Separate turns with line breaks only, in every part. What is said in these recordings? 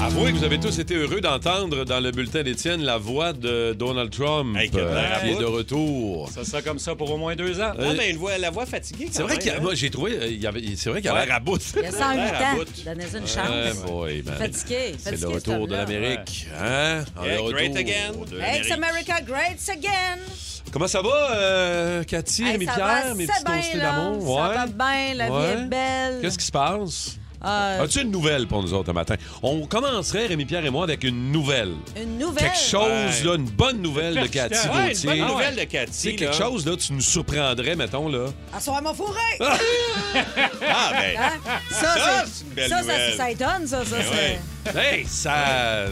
Avouez que vous avez tous été heureux d'entendre dans le bulletin d'Étienne la voix de Donald Trump
Hey, que
euh, qui
bravo.
est de retour.
Ça sera comme ça pour au moins deux ans.
Ah, ben, une voix- la voix fatiguée, quand
Euh, C'est vrai
même,
qu'il y a-
hein?
moi j'ai trouvé euh, il y avait c'est vrai qu'il a
Ouais.
l'air à bout.
Il y a 108
Ouais, à
ans.
bout.
Donnez-nous une
Ouais,
chance.
boy, man.
Fatigué.
C'est
fatigué,
le
cet
retour de
homme-là.
l'Amérique, hein Ah,
Yeah,
le retour
great again.
de
Hey,
l'Amérique.
America great again.
Comment ça va euh, Cathy,
Hey,
Rémi
ça
Pierre,
va,
mes
c'est
petits
bien,
toastés
là.
d'amour,
Ça
ouais.
va bien, la
Ouais.
vie est belle.
Qu'est-ce qui se passe
Euh,
As-tu une nouvelle pour nous autres ce matin On commencerait Rémi Pierre et moi avec une nouvelle.
Une nouvelle.
Quelque chose
Ouais.
là, une bonne nouvelle de
Percutant.
Cathy
Ouais, une
Gauthier.
bonne nouvelle de
Tu sais,
Cathy.
quelque
là.
chose, là, tu nous surprendrais, mettons, là.
À soir, mon fourré.
Ah!
Ah, ben,
Hein? Ça,
ça,
c'est-
c'est une belle
ça, ça,
nouvelle.
ça étonne, ça.
Ben
ça c'est
Ben ouais.
Hey, ça,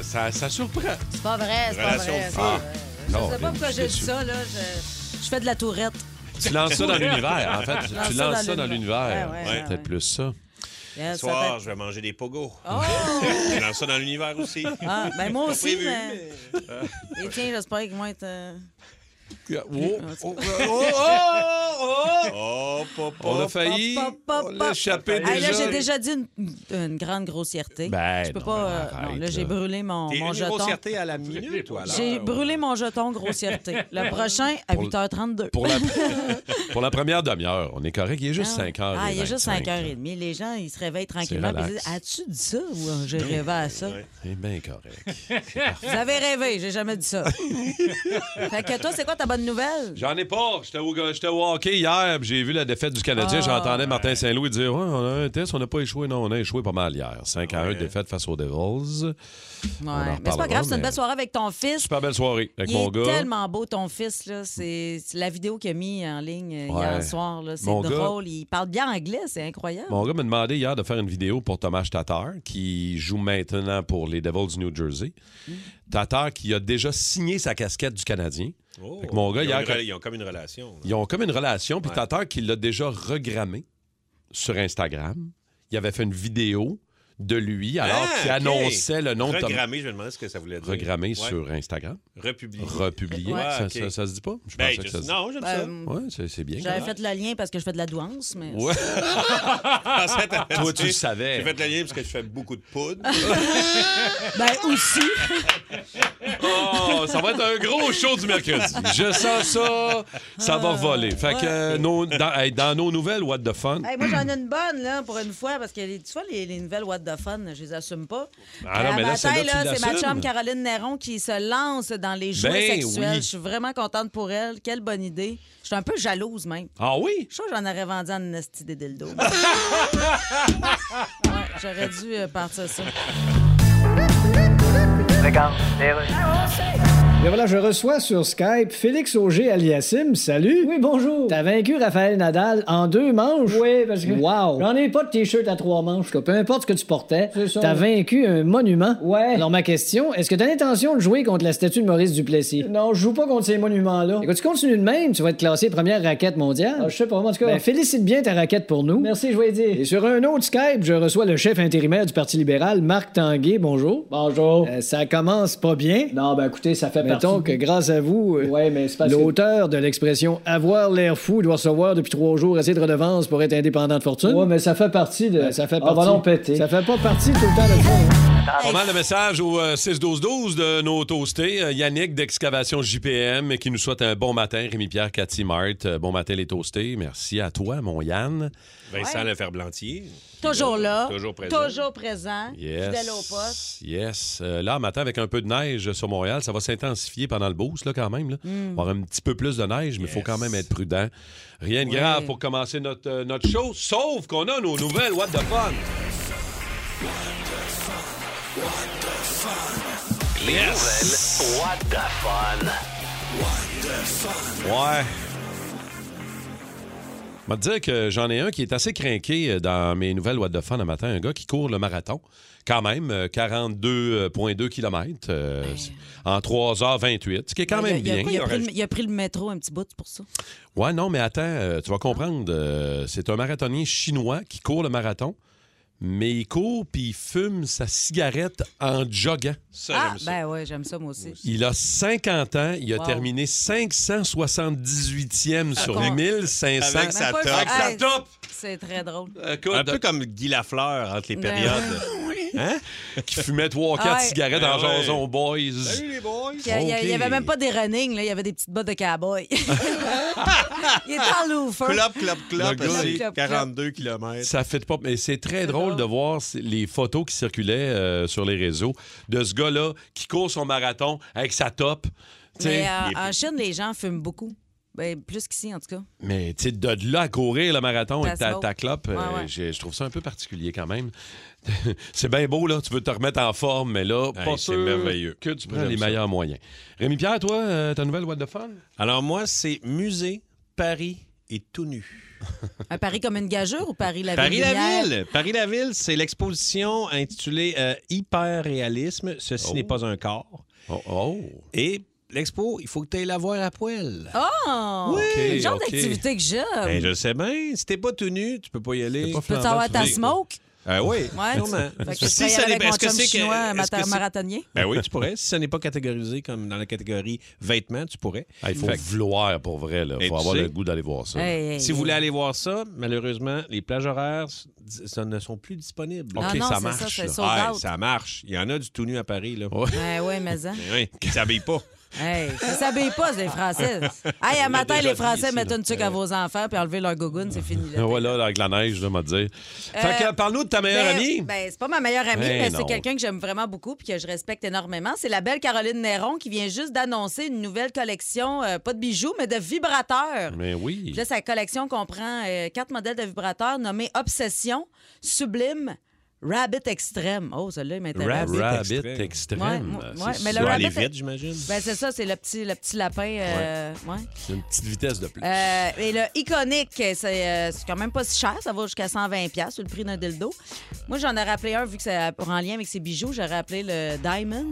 ça, ça surprend.
c'est pas vrai, c'est pas
Relation
vrai.
de
c'est pas
femme.
vrai.
Non,
Je sais pas
mais
pourquoi
je
j'ai
suis
dit ça, là. Je, je fais de la tourette.
ben, Tu lances ça dans l'univers, en fait.
lance
tu
ça
lances
dans
ça dans l'univers.
l'univers. Ouais, ouais,
Ouais,
ouais,
Peut-être
ouais.
plus ça.
Yes, ça
soir, je
fait-
vais manger des pogos.
Oh!
Je lance ça dans l'univers aussi.
Ah, ben moi aussi,
prévu,
mais... Et tiens, j'espère qu'ils vont être... euh,
Oh, oh, oh,
Oh, papa.
On a failli
Pop, pop,
on
pop,
l'a
pop.
échappé
Hey, là, j'ai
déjà.
déjà dit une, une grande grossièreté.
Ben,
je peux
non,
pas. euh,
arrête,
non, là, j'ai
là.
brûlé mon,
T'es
mon
une
jeton.
grossièreté à la minute, toi, alors.
J'ai brûlé mon jeton grossièreté. Le prochain à
Pour-
8h32.
Pour la, pour la première demi-heure, on est correct. Il est juste 5 heures.
Ah, il est juste
5h25.
5h30. Les gens, ils se réveillent tranquillement et ils
relax. Ben
disent As-tu dit ça ou euh, j'ai rêvé à ça
C'est bien correct.
Vous avez rêvé, j'ai jamais dit ça. fait que toi, c'est quoi ta bonne nouvelle
J'en ai pas. J'étais au, j'étais au hockey hier, puis j'ai vu la défaite du Canadien.
Ah.
J'entendais Martin Saint-Louis dire Ouais, On a un test, on n'a pas échoué. Non, on a échoué pas mal hier. 5 à 1 défaite face aux Devils.
Ouais.
en
Mais c'est
reparlera,
pas grave, c'est une
mais-
belle soirée avec ton fils.
Super belle soirée avec
Il
mon
est
gars.
tellement beau, ton fils. Là. C'est c'est la vidéo qu'il a mis en ligne euh,
Ouais.
hier soir. là. C'est
Mon gars-
drôle. Il parle bien anglais, c'est incroyable.
Mon gars m'a demandé hier de faire une vidéo pour Thomas Tatar, qui joue maintenant pour les Devils du New Jersey.
Mm.
Tatar qui a déjà signé sa casquette du Canadien.
Oh.
Fait que mon gars,
ils, ont
hier,
une
quand-
rela- ils ont comme une relation. là.
Ils ont comme une relation, puis Tatar qui l'a déjà regrammé sur Instagram. Il avait fait une vidéo de lui alors
Ah,
qu'il
ok.
annonçait le nom de Thomas.
Regrammé, je me demandais ce que ça voulait dire.
Regrammé
Ouais.
sur Instagram,
Republié.
republié.
Ouais,
ça,
ok.
ça- ça se dit pas? Je
Ben,
pensais
je-
que ça se-
Non, j'aime ça.
Euh,
Ouais, c'est, c'est bien. hein.
J'avais fait le lien parce que je fais de la douance, mais
Ouais.
Ah, ça, t'as-
Toi, tu le savais.
J'ai fait le lien parce que je fais beaucoup de poudre.
ben aussi.
Oh, ça va être un gros show du mercredi. Je sens ça, ça va voler. Fait que euh, nos- dans, hey, dans nos nouvelles, what the fun.
Hey, moi j'en ai une bonne là pour une fois parce que les- tu vois les, les nouvelles what the fun, je les assume pas.
Ah non,
Euh,
mais là,
matin,
celle-là, tu
c'est ma
l'assumes.
chum Caroline Néron qui se lance dans les jouets
Ben
sexuels.
oui.
Je suis vraiment contente pour elle. Quelle bonne idée. Je suis un peu jalouse même.
Ah oui?
Je suis sûre que j'en aurais vendu en esti des dildos. Ouais, J'aurais dû euh, partir ça.
Et voilà, je reçois sur Skype Félix Auger aliassim. Salut. Oui, bonjour. T'as vaincu Raphaël Nadal en deux manches. Oui, parce que. Wow. J'en ai pas de t-shirt à trois manches. Peu importe ce que tu portais, t'as vaincu un monument. Ouais. Alors, ma question, est-ce que t'as l'intention de jouer contre la statue de Maurice Duplessis? Non, je joue pas contre ces monuments-là. Écoute, tu continues de même, tu vas être classé première raquette mondiale. je sais pas, en tout cas. Ben, félicite bien ta raquette pour nous. Merci, je vais dire. Et sur un autre Skype, je reçois le chef intérimaire du Parti libéral, Marc Tanguay. Bonjour. Bonjour. ça commence pas bien. Non, ben écoutez, ça fait Mettons que grâce à vous, euh, l'auteur de l'expression avoir l'air fou doit recevoir depuis trois jours assez de redevances pour être indépendant de fortune. Ouais, mais ça fait partie de. Ah, ça fait partie. Ça fait pas partie tout le temps de ça.
Pas mal de messages au euh, 6-12-12 de nos toastés. Euh, Yannick d'Excavation JPM qui nous souhaite un bon matin. Rémi-Pierre, Cathy, Marthe, euh, bon matin les toastés. Merci à toi, mon Yann.
Vincent Leferblantier.
Toujours là.
Toujours présent.
Toujours présent.
Yes.
Fidèle au poste.
Yes. Euh, là, matin, avec un peu de neige sur Montréal, ça va s'intensifier pendant le boost, là, quand même. Là.
Mm.
On va avoir un petit peu plus de neige, mais il faut quand même être prudent. Rien de grave pour commencer notre, euh, notre show, sauf qu'on a nos nouvelles. What the fun!
Les nouvelles, what the fun.
Ouais. Je vais te dire que j'en ai un qui est assez craqué euh, dans mes nouvelles What de Fun le matin. Un gars qui court le marathon, quand même, euh, 42,2 km euh, en 3h28, ce qui est quand même
il, a,
bien.
il a pris le, il a pris le métro un petit bout, c'est pour ça.
Ouais, non, mais attends, euh, tu vas comprendre. euh, c'est un marathonien chinois qui court le marathon, mais il court puis il fume sa cigarette en joguant.
ah, ben ouais, j'aime ça moi aussi.
Il a 50 ans, il a
Wow.
terminé 578e sur
Avec-
1500.
Avec sa
Même pas
top.
le-
Avec sa
Hey,
top. Euh,
C'est très drôle.
Un peu comme Guy Lafleur entre les
Ouais.
périodes. Hein?
qui fumait 3-4
Ben Ouais.
cigarettes en
Ben Ouais.
Jason Boys.
les boys!
Puis, Il n'y
Ok.
avait même pas des running, là, il y avait des petites bottes de cowboy. il est en loafer.
Clop, clop, clop,
Le gars,
aussi,
il- clop, clop.
42 km.
Ça fait pas. Mais c'est très drôle de voir c- les photos qui circulaient euh, sur les réseaux de ce gars-là qui court son marathon avec sa top. Tu sais,
Mais euh, en Chine, les gens fument beaucoup. Ben, plus qu'ici, en tout cas.
Mais tu sais, de de là à courir le marathon
Ça
avec ta,
smoke.
ta clope,
Ouais,
euh,
ouais.
j'ai- je trouve ça un peu particulier quand même. c'est bien beau, là, tu veux te remettre en forme, mais là,
Hey,
pas
c'est
sûr
merveilleux.
que tu prends
J'aime
les
ça.
meilleurs moyens. Rémi-Pierre, toi, euh, ta nouvelle What the Fun?
Alors moi, c'est musée, Paris et tout nu.
À Paris comme une gageure ou Paris la ville?
Paris-la-Ville.
lumière?
Paris-la-Ville, c'est l'exposition intitulée euh, Hyper-réalisme, ceci
Oh.
n'est pas un corps.
Oh! oh.
Et l'expo, il faut que tu ailles la voir à poil.
Oh!
Oui,
C'est le genre
ok.
d'activité que
Ben,
j'aime.
je sais bien, si t'es pas tout nu, tu peux pas y aller.
pas
Peux-tu avoir ta
tu-
smoke?
Ah oui,
Ouais.
sûrement.
Fait que je
Si
serais
ça
avec
dépend-
mon
est-ce que
chum
c'est que-
chinois
est-ce que
mata-
c'est-
marathonnier.
Ben oui, tu pourrais. Si ça n'est pas catégorisé comme dans la catégorie vêtements, tu pourrais.
Ah, il faut
Fait que
vouloir pour vrai, là.
Mais
faut
tu
avoir le
sais-
goût d'aller voir ça.
Hey, hey,
Si vous
hey.
voulez aller voir ça, malheureusement, les plages horaires ça ne sont plus disponibles.
Ah
OK,
non,
ça
c'est
marche,
ça, c'est
là.
sold
Ouais,
out.
ça marche. Il y en a du tout nu à Paris. Là.
Ben ouais, mais hein.
Mais oui, qui s'habille pas.
Hey, ça s'habille pas, c'est les Français. Hey, à matin, les Français mettent une tuque à vos enfants puis enlever leur gougoune, c'est fini. là.
Voilà, avec la neige, je vais dire. Fait que
Euh,
parle-nous de ta meilleure
Ben,
amie.
ben, c'est pas ma meilleure amie,
Ben
mais
non.
c'est quelqu'un que j'aime vraiment beaucoup puis que je respecte énormément. C'est la belle Caroline Néron qui vient juste d'annoncer une nouvelle collection, euh, pas de bijoux, mais de vibrateurs.
Mais oui.
Puis Là, sa collection comprend euh, quatre modèles de vibrateurs nommés Obsession, Sublime, Rabbit Extrême. Oh, celui-là, il m'intéresse.
Rabbit,
Rabbit
extrême.
Ouais, moi-
C'est
ouais,
ça.
mais le
doit
rabbit
aller
est-
vite, j'imagine.
Ben, c'est ça, c'est le petit, le petit lapin. euh, ouais.
Une petite vitesse de plus.
Euh, et le iconique, c'est euh, c'est quand même pas si cher. Ça va jusqu'à 120$, piastres, c'est le prix d'un dildo. Moi, j'en ai rappelé un, vu que c'est en lien avec ses bijoux, j'aurais appelé le Diamond.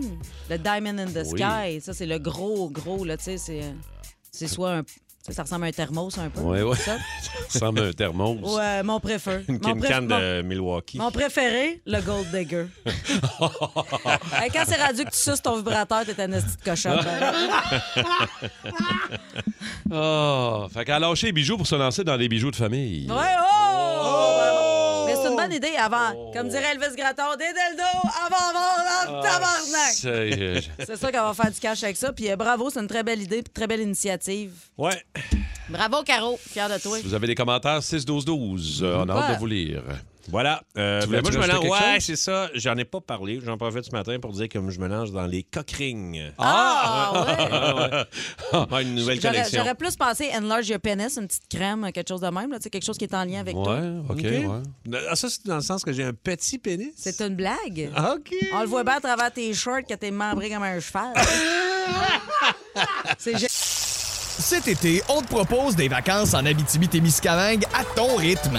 Le Diamond in the
Oui.
Sky. Ça, c'est le gros, gros, là, tu sais, c'est- c'est soit un. Ça, ça ressemble à un thermos un peu.
Ouais, ouais.
Euh, ça.
Semble un thermos.
Ou euh, mon préféré.
Une
mon,
Kim
préf-
Can
mon-
de Milwaukee.
mon préféré, le Gold Digger. Hey, quand c'est rendu que tu suces ton vibrateur, t'es un esti de cochon.
Ah, fait qu'elle a lâché les bijoux pour se lancer dans les bijoux de famille.
Ouais, oh! Bravo! Mais c'est une bonne idée avant.
Oh.
Comme dirait Elvis Gratton, des dildos avant vendre dans le tabarnak!
Ah, C'est- euh,
C'est ça qu'on va faire du cash avec ça. Puis euh, bravo, c'est une très belle idée, puis très belle initiative.
Ouais.
Bravo, Caro. Fier de toi.
si vous avez des commentaires, 6-12-12. euh, on a hâte de vous lire.
Voilà. Euh,
Tu
ben,
voulais-tu
moi, je me
rajouter
lance.
quelque
Ouais,
chose?
c'est ça. J'en ai pas parlé. J'en profite ce matin pour dire que je me lance dans les cockrings.
Ah, ouais.
Ouais, une nouvelle
J'aurais-
collection.
J'aurais plus pensé Enlarge Your Penis, une petite crème, quelque chose de même, là, tu sais, quelque chose qui est en lien avec toi.
Ouais, OK, ouais.
Ah, ça, c'est dans le sens que j'ai un petit pénis.
C'est une blague?
Ah, OK.
On le voit bien à travers tes shorts que t'es membré comme un cheval. c'est gé-
Cet été, on te propose des vacances en Abitibi-Témiscamingue à ton rythme.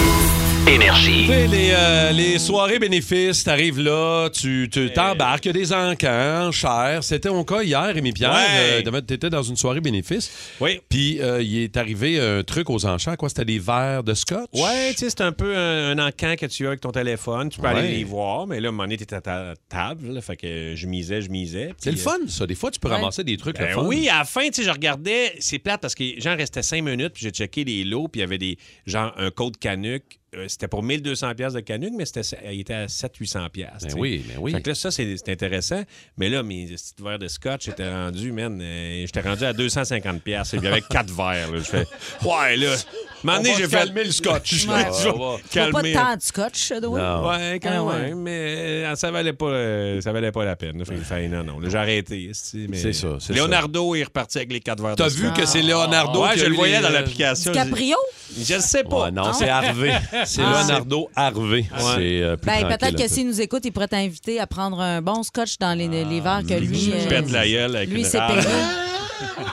Énergie.
Tu sais, les, euh, les soirées bénéfices, t'arrives là, tu tu- t'embarques, il y a des encans chers. C'était mon cas hier, Rémi Pierre.
Ouais.
euh, T'étais dans une soirée bénéfice.
Oui.
Puis euh, il est arrivé un truc aux enchères, quoi. C'était des verres de scotch.
Ouais, tu sais, c'est un peu un, un encan que tu as avec ton téléphone. Tu peux
Ouais.
aller les voir, mais là, à un moment donné, t'es à ta table. là, fait que je misais, je misais.
C'est le
puis, euh,
fun, euh, ça. Des fois, tu peux ramasser des trucs.
Ben
le fun.
oui, à la fin, tu sais, je regardais, c'est plate parce que j'en restais cinq minutes, puis j'ai checké les lots, puis il y avait des genre un code canuc euh, c'était pour 1200 pièces de canuc, mais c'était, il était à 700-800 pièces.
Ben oui, ben oui.
Fait que là, ça, c'est, c'est intéressant. Mais là, mes petits verres de scotch étaient rendus, man, euh, j'étais rendu à 250 pièces. Et puis, avec quatre verres, là, je fais, ouais, là, m'amener,
va
j'ai
se
fait...
calmer le scotch, là.
Ouais.
On
Je vais
va.
Il n'y pas
calmer.
tant de scotch, ça, doit.
Non.
Ouais, quand
Ah ouais.
même, mais euh, ça valait pas, euh, ça valait pas la peine. là. Fait que, fait, non, non, là, j'ai arrêté. esti, mais-
C'est ça, c'est
Leonardo est reparti avec les quatre verres.
T'as
de
vu
scotch.
que c'est Leonardo
Ouais,
qui a euh,
je le
eu
voyais
les-
dans l'application.
DiCaprio?
Je je le sais pas.
Ouais, non, c'est Harvey. C'est Leonardo Harvey. C'est euh, plus
Ah. Ben,
tranquille
peut-être
un
que
peu.
s'il nous écoute, il pourrait t'inviter à prendre un bon scotch dans les, les verres
Ah,
que lui.
Je
euh,
pète la gueule avec
lui,
une
c'est
rage.
payé.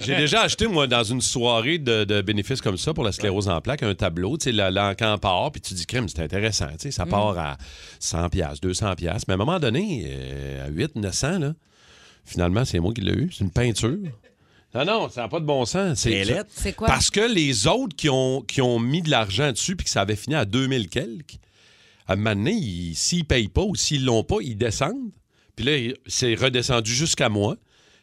J'ai déjà acheté, moi, dans une soirée de, de bénéfices comme ça pour la sclérose en plaques, un tableau, tu sais, la- la- quand part, puis tu dis, crème, c'est intéressant, tu sais, ça
Mm.
part à 100 pièces, 200 pièces, mais à un moment donné, euh, à 8, 900, là, finalement, c'est moi qui l'ai eu, c'est une peinture. Non, non, ça n'a pas de bon sens.
Elle est laite.
C'est quoi?
Parce que les autres qui ont, qui ont mis de l'argent dessus, puis que ça avait fini à 2000 quelques, à un moment donné, ils- s'ils ne payent pas ou s'ils l'ont pas, ils descendent. Puis là, il- c'est redescendu jusqu'à moi.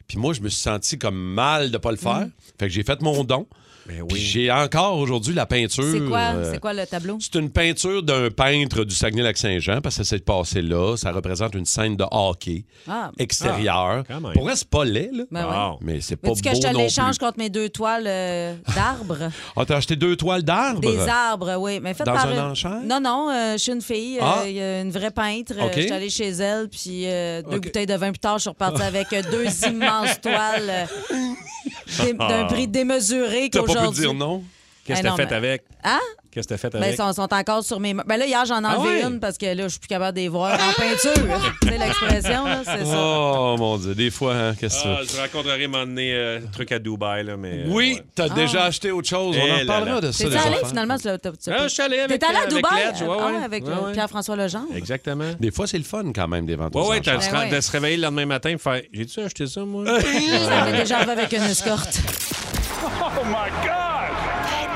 Puis moi, je me suis senti comme mal de ne pas le
Mm.
faire. Fait que j'ai fait mon don.
Ben
Puis j'ai encore aujourd'hui la peinture.
C'est quoi,
euh,
c'est quoi le tableau?
c'est une peinture d'un peintre du Saguenay-Lac-Saint-Jean parce que ça s'est passé là. Ça représente une scène de hockey
Ah,
extérieure.
quand même.
Pour vrai, c'est pas laid, là.
ben ouais.
Wow.
Mais c'est pas
Veux-tu
beau
que je te
non
l'échange
plus.
contre mes deux toiles euh, d'arbres?
Ah, t'as acheté deux toiles d'arbre?
Des arbres, oui. Mais faites
Dans
par
un
une-
enchère?
Non, non, euh, je suis une fille, euh,
Ah.
il y a une vraie peintre. euh,
OK.
Je suis allée chez elle, puis euh, deux
OK.
bouteilles de vin plus tard, je suis repartie avec euh, deux immenses toiles euh, dé- d'un prix démesuré
Ah! T'as pas
qu'aujourd'hui.
pu dire non?
Qu'est-ce
Eh
que t'as
non,
fait
mais-
avec?
Hein?
Qu'est-ce que t'as fait
Ben,
avec?
ils sont, sont encore sur mes mains. Ben là, hier, j'en ai enlevé
Ah ouais?
une parce que là, je suis plus capable de les voir en peinture. tu sais l'expression, là, c'est ça.
Oh mon Dieu, des fois, hein, qu'est-ce que
Ah, je vous raconterai m'en donné euh, un truc à Dubaï, là, mais. euh,
Oui,
ouais.
t'as déjà
Ah.
acheté autre chose.
Eh
On
là
en parlera
là.
de ça.
T'es
des
allé
affaires.
finalement? Tu l'as- t'as- t'as-
Ah, je suis allé avec,
T'es allé à
euh, avec
Dubaï
Ledge, ouais,
euh, ah,
ouais.
avec
Ouais,
euh,
ouais.
Pierre-François Legendre?
Exactement.
Des fois, c'est le fun quand même des ventes
Ouais,
aux
ouais, t'as
enchères.
le
Ben ouais.
de se réveiller le lendemain matin et faire J'ai-tu acheté ça, moi? Euh,
Ça m'est déjà arrivé avec une escorte.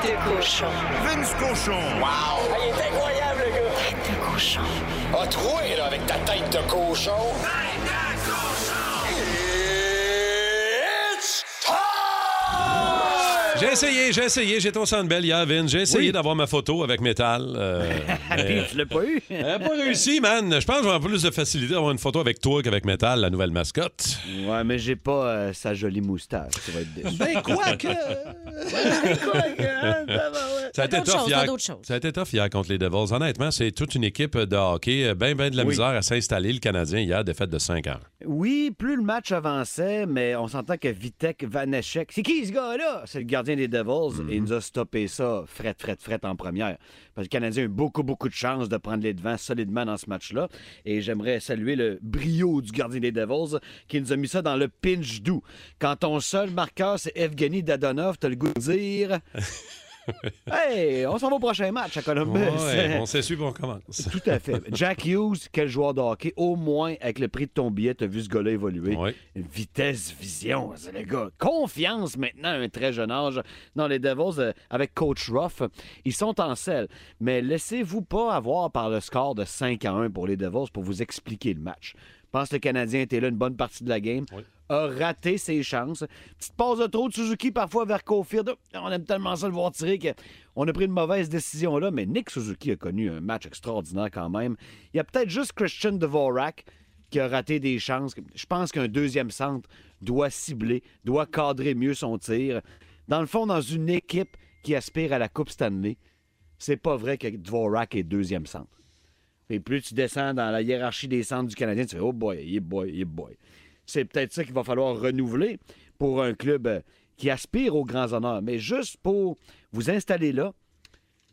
Tête de cochon.
Oh Vince Cochon.
Ah, il est incroyable, le gars. Tête de cochon. A troué, là, avec ta tête de cochon. Tête de cochon! It's time!
J'ai essayé, j'ai essayé. J'étais au Centre Bell hier, Vin. J'ai essayé d'avoir ma photo avec métal. euh, mais-
Je l'ai pas eu.
Elle a pas réussi, man. Je pense que j'aurais plus de facilité d'avoir une photo avec toi qu'avec métal, la nouvelle mascotte.
Ouais, mais j'ai pas euh, sa jolie moustache. Ça va être déçu.
Ben, quoi
euh,
que.
Euh,
Ça a été
D'autres
tough
choses,
hier.
d'autres choses.
Ça a été tough hier contre les Devils. Honnêtement, c'est toute une équipe de hockey. Ben, ben de la misère à s'installer. Le Canadien, hier, défaite de 5 heures.
Oui, plus le match avançait, mais on s'entend que Vitek Vaneshek. C'est qui ce gars-là? C'est le gardien des Devils.
Mhm.
Et il nous a stoppé ça, fret, fret, fret en première. Parce que le Canadien a eu beaucoup, beaucoup de chance de prendre les devants solidement dans ce match-là. Et j'aimerais saluer le brio du gardien des Devils qui nous a mis ça dans le pinch doux. Quand ton seul marqueur, c'est Evgeny Dadonov, t'as le goût de dire. hey, on s'en va au prochain match à Columbus.
Ouais, on s'est su on commence.
Ben, Tout à fait. Jack Hughes, quel joueur de hockey. Au moins, avec le prix de ton billet, t'as vu ce gars-là évoluer.
Ouais.
Vitesse, vision, c'est le gars. Confiance maintenant à un très jeune âge. Non, les Devils, euh, avec Coach Ruff, ils sont en selle. Mais laissez-vous pas avoir par le score de 5 à 1 pour les Devils pour vous expliquer le match. Je pense que le Canadien était là une bonne partie de la game. A raté ses chances. Petite passe de trop de Suzuki parfois vers Cofield. On aime tellement ça le voir tirer qu'on a pris une mauvaise décision là, mais Nick Suzuki a connu un match extraordinaire quand même. Il y a peut-être juste Christian Dvorak qui a raté des chances. Je pense qu'un deuxième centre doit cibler, doit cadrer mieux son tir. Dans le fond, dans une équipe qui aspire à la Coupe Stanley, c'est pas vrai que Dvorak est deuxième centre. Et plus tu descends dans la hiérarchie des centres du Canadien, tu fais Oh boy, yeah boy, yeah boy. C'est peut-être ça qu'il va falloir renouveler pour un club euh, qui aspire aux grands honneurs. Mais juste pour vous installer là,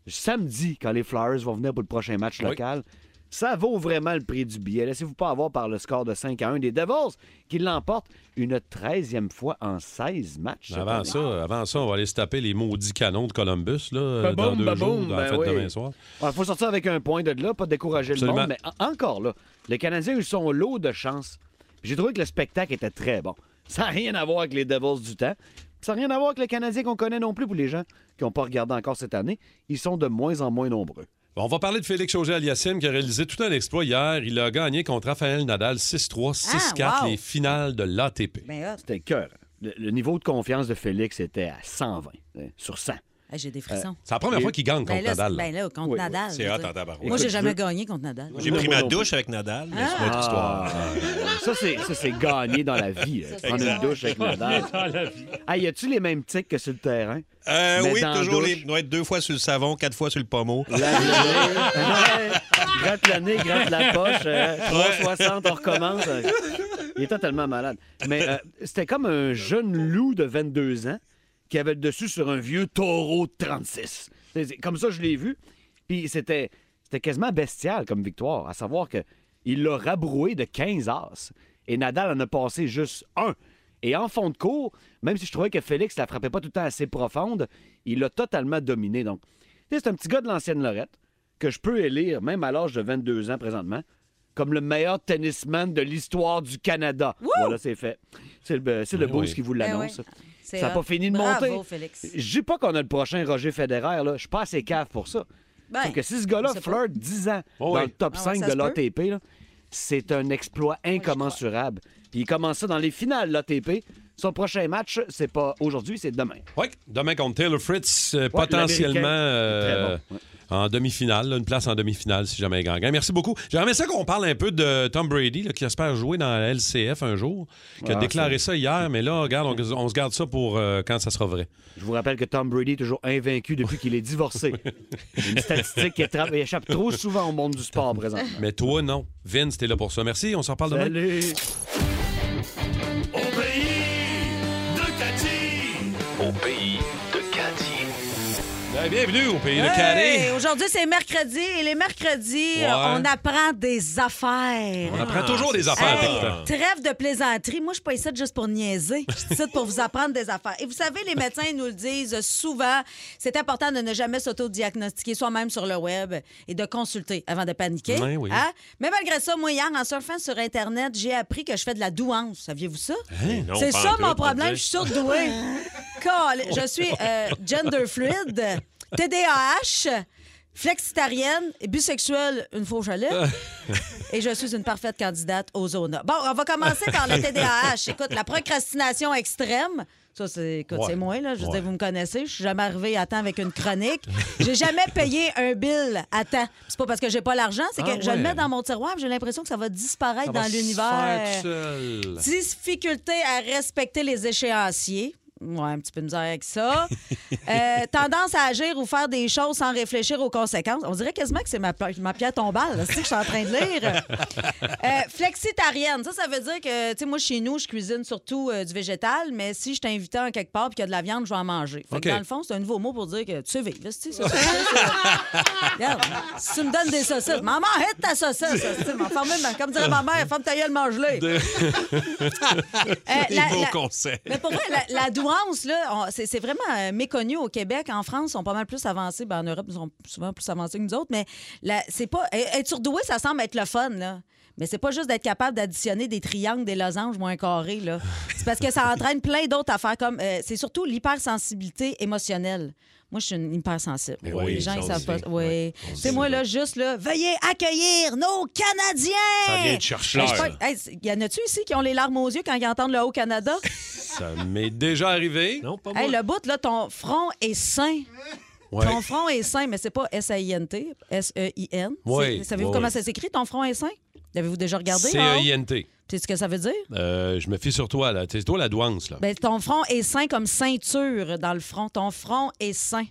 samedi, quand les Flyers vont venir pour le prochain match local, ça vaut vraiment le prix du billet. Laissez-vous pas avoir par le score de 5 à 1 des Devils qui l'emportent une 13e fois en 16 matchs. cette
Ben, Avant
année.
ça, avant ça, on va aller se taper les maudits canons de Columbus là, euh, dans
Baboum,
deux
baboum,
jours, dans la
ben
fête
oui.
demain soir.
Il faut sortir avec un point de là, pas décourager le
Absolument.
monde. Mais en- encore là, les Canadiens ont eu son lot de chance. J'ai trouvé que le spectacle était très bon. Ça n'a rien à voir avec les Devils du temps. Ça n'a rien à voir avec les Canadiens qu'on connaît non plus pour les gens qui n'ont pas regardé encore cette année. Ils sont de moins en moins nombreux.
On va parler de Félix Auger-Aliassime qui a réalisé tout un exploit hier. Il a gagné contre Rafael Nadal 6-3, 6-4
Ah, wow.
les finales de l'ATP.
Ben, hop.
C'était cœur. Le, le niveau de confiance de Félix était à 120 hein, sur 100.
Hey, Ah, J'ai des frissons.
Euh, C'est la première fois qu'il gagne
Ben
contre
là,
Nadal,
c'est-
là.
Ben là, contre
Oui.
Nadal.
C'est
je veux
hot
dire.
en tabarouette.
Moi, j'ai
Écoute,
jamais
je-
gagné contre Nadal.
J'ai pris ma douche avec Nadal, mais c'est une autre
Ah.
histoire.
Ça, c'est, ça, c'est gagné dans la vie. là.
c'est
Prendre
ça.
une douche avec Nadal.
Gagné dans la vie.
Ah, y a-tu les mêmes tics que sur le terrain?
Euh,
Mais
oui,
dans la
toujours
douche,
les. doit être deux fois sur le savon, quatre fois sur le pommeau.
Ouais. gratte le nez, gratte la poche. euh, 360, on recommence. Euh, Il est totalement malade. Mais euh, c'était comme un jeune loup de 22 ans qui avait le dessus sur un vieux taureau de 36. C'est- c'est- Comme ça, je l'ai vu. Puis c'était, c'était quasiment bestial comme victoire, à savoir que il l'a rabroué de 15 as. Et Nadal en a passé juste un. Et en fond de cours, même si je trouvais que Félix la frappait pas tout le temps assez profonde, il l'a totalement dominé. Donc, Tu sais, c'est un petit gars de l'ancienne Lorette que je peux élire, même à l'âge de 22 ans présentement, comme le meilleur tennisman de l'histoire du Canada. Voilà, c'est fait. C'est le, c'est le
Ben
Beauce
oui.
qui vous
Ben
l'annonce.
oui. C'est
Ça n'a
hot.
pas fini de
Bravo,
monter.
Félix.
Je dis pas qu'on a le prochain Roger Federer. Là. Je suis pas assez cave pour ça.
Ben,
Sauf que si ce
on
gars-là
sait pas.
flirte 10 ans
Oh
dans
oui.
le top
Ah ouais,
5
ça
de
se peut.
l'ATP, là, c'est un exploit incommensurable. Puis il commence ça dans les finales, l'ATP. Son prochain match, c'est pas aujourd'hui, c'est demain.
Oui, demain contre Taylor Fritz, euh,
Ouais,
potentiellement
l'Américain.
euh,
Très bon,
en demi-finale, là, une place en demi-finale si jamais il gagne. Hey, Merci beaucoup. J'aimerais ça qu'on parle un peu de Tom Brady, là, qui espère jouer dans la LCF un jour, qui a
Ah,
déclaré ça hier, mais là, regarde, on, on se garde ça pour euh, quand ça sera vrai.
Je vous rappelle que Tom Brady est toujours invaincu depuis qu'il est divorcé. Une statistique qui étra- échappe trop souvent au monde du sport présent.
Mais toi, non. Vince, t'es là pour ça. Merci, on s'en reparle demain.
Salut.
Au pays de Cathy.
Au pays de Cathy.
Ben, bienvenue au pays de
Hey,
Carré.
Aujourd'hui, c'est mercredi et les mercredis,
Ouais.
euh, on apprend des affaires.
On apprend toujours des affaires,
Hey,
Pepita.
Trêve de plaisanterie. Moi, je suis pas ici juste pour niaiser. Je suis ici pour vous apprendre des affaires. Et vous savez, les médecins ils nous le disent souvent, c'est important de ne jamais s'auto-diagnostiquer soi-même sur le web et de consulter avant de paniquer.
Ouais, oui.
Hein? Mais malgré ça, moi, hier, en surfant sur Internet, j'ai appris que je fais de la douance. Saviez-vous ça?
Hein? Non,
c'est
pas
ça
en tout,
mon
pas
problème.
de
Je suis surdouée. Call. Je suis euh, gender fluid, TDAH, flexitarienne et bisexuelle une fauche à lèvres. Et je suis une parfaite candidate aux zones. Bon, on va commencer par le TDAH. Écoute, la procrastination extrême. Ça, c'est écoute,
Ouais.
c'est moi, là. Je veux
Ouais.
dire, vous me connaissez. Je suis jamais arrivée à temps avec une chronique. J'ai jamais payé un bill à temps. C'est pas parce que j'ai pas l'argent, c'est que
Ah
je le
ouais.
mets dans mon tiroir puis j'ai l'impression que ça va disparaître
Ça
dans
va se
l'univers.
faire tout seul.
Difficulté à respecter les échéanciers. Ouais, un petit peu de misère avec ça. Euh, tendance à agir ou faire des choses sans réfléchir aux conséquences. On dirait quasiment que c'est ma, ma pierre tombale, là, c'est ce que je suis en train de lire. Euh, flexitarienne, ça, ça veut dire que, tu sais, moi, chez nous, je cuisine surtout euh, du végétal, mais si je t'invite en quelque part et qu'il y a de la viande, je vais en manger. Fait que
OK.
dans le fond, c'est un nouveau mot pour dire que tu sais vivre. là, c'est-tu, ça, c'est- c'est- Regarde, si tu me donnes des saucisses, maman, arrête ta saucisse. ça, c'est-tu, m'en ferme une- Comme dirait ma mère, ferme ta gueule, mange-les.
Des
Euh, la-
beaux
la-
conseils.
Mais pour vrai, la, la douance, là, on- c'est, c'est vraiment euh, méconnu au Québec. En France, ils sont pas mal plus avancés. Ben, en Europe, ils sont souvent plus avancés que nous autres. Mais la- c'est pas. ê- Être surdoué, ça semble être le fun, là. Mais c'est pas juste d'être capable d'additionner des triangles, des losanges, moins carrés, là. C'est parce que ça entraîne plein d'autres affaires comme. euh, c'est surtout l'hypersensibilité émotionnelle. Moi, je suis une hypersensible.
Mais oui,
Les gens, ils
ça, on
savent pas.
le sait.
Oui. C'est moi, là, juste, là, veuillez accueillir nos Canadiens!
Ça vient de chercheur,
Hey, je
ça.
sais pas- hey, c'est- y en a-tu ici qui ont les larmes aux yeux quand ils entendent le Haut-Canada?
Ça m'est déjà arrivé. Non, pas
Hey, le bout, là, ton front est sain.
Ouais.
Ton front est sain, mais c'est pas S-A-I-N-T, S-E-I-N.
Ouais,
E C'est- Savez-vous
ouais,
comment
ouais.
ça s'écrit, ton front est sain? L'avez-vous déjà regardé?
C'est euh,
Mao?
INT.
C'est ce que ça veut dire?
Euh, je me fie sur toi, là. C'est toi la douance, là.
Ben, ton front est sain comme ceinture dans le front. Ton front est sain.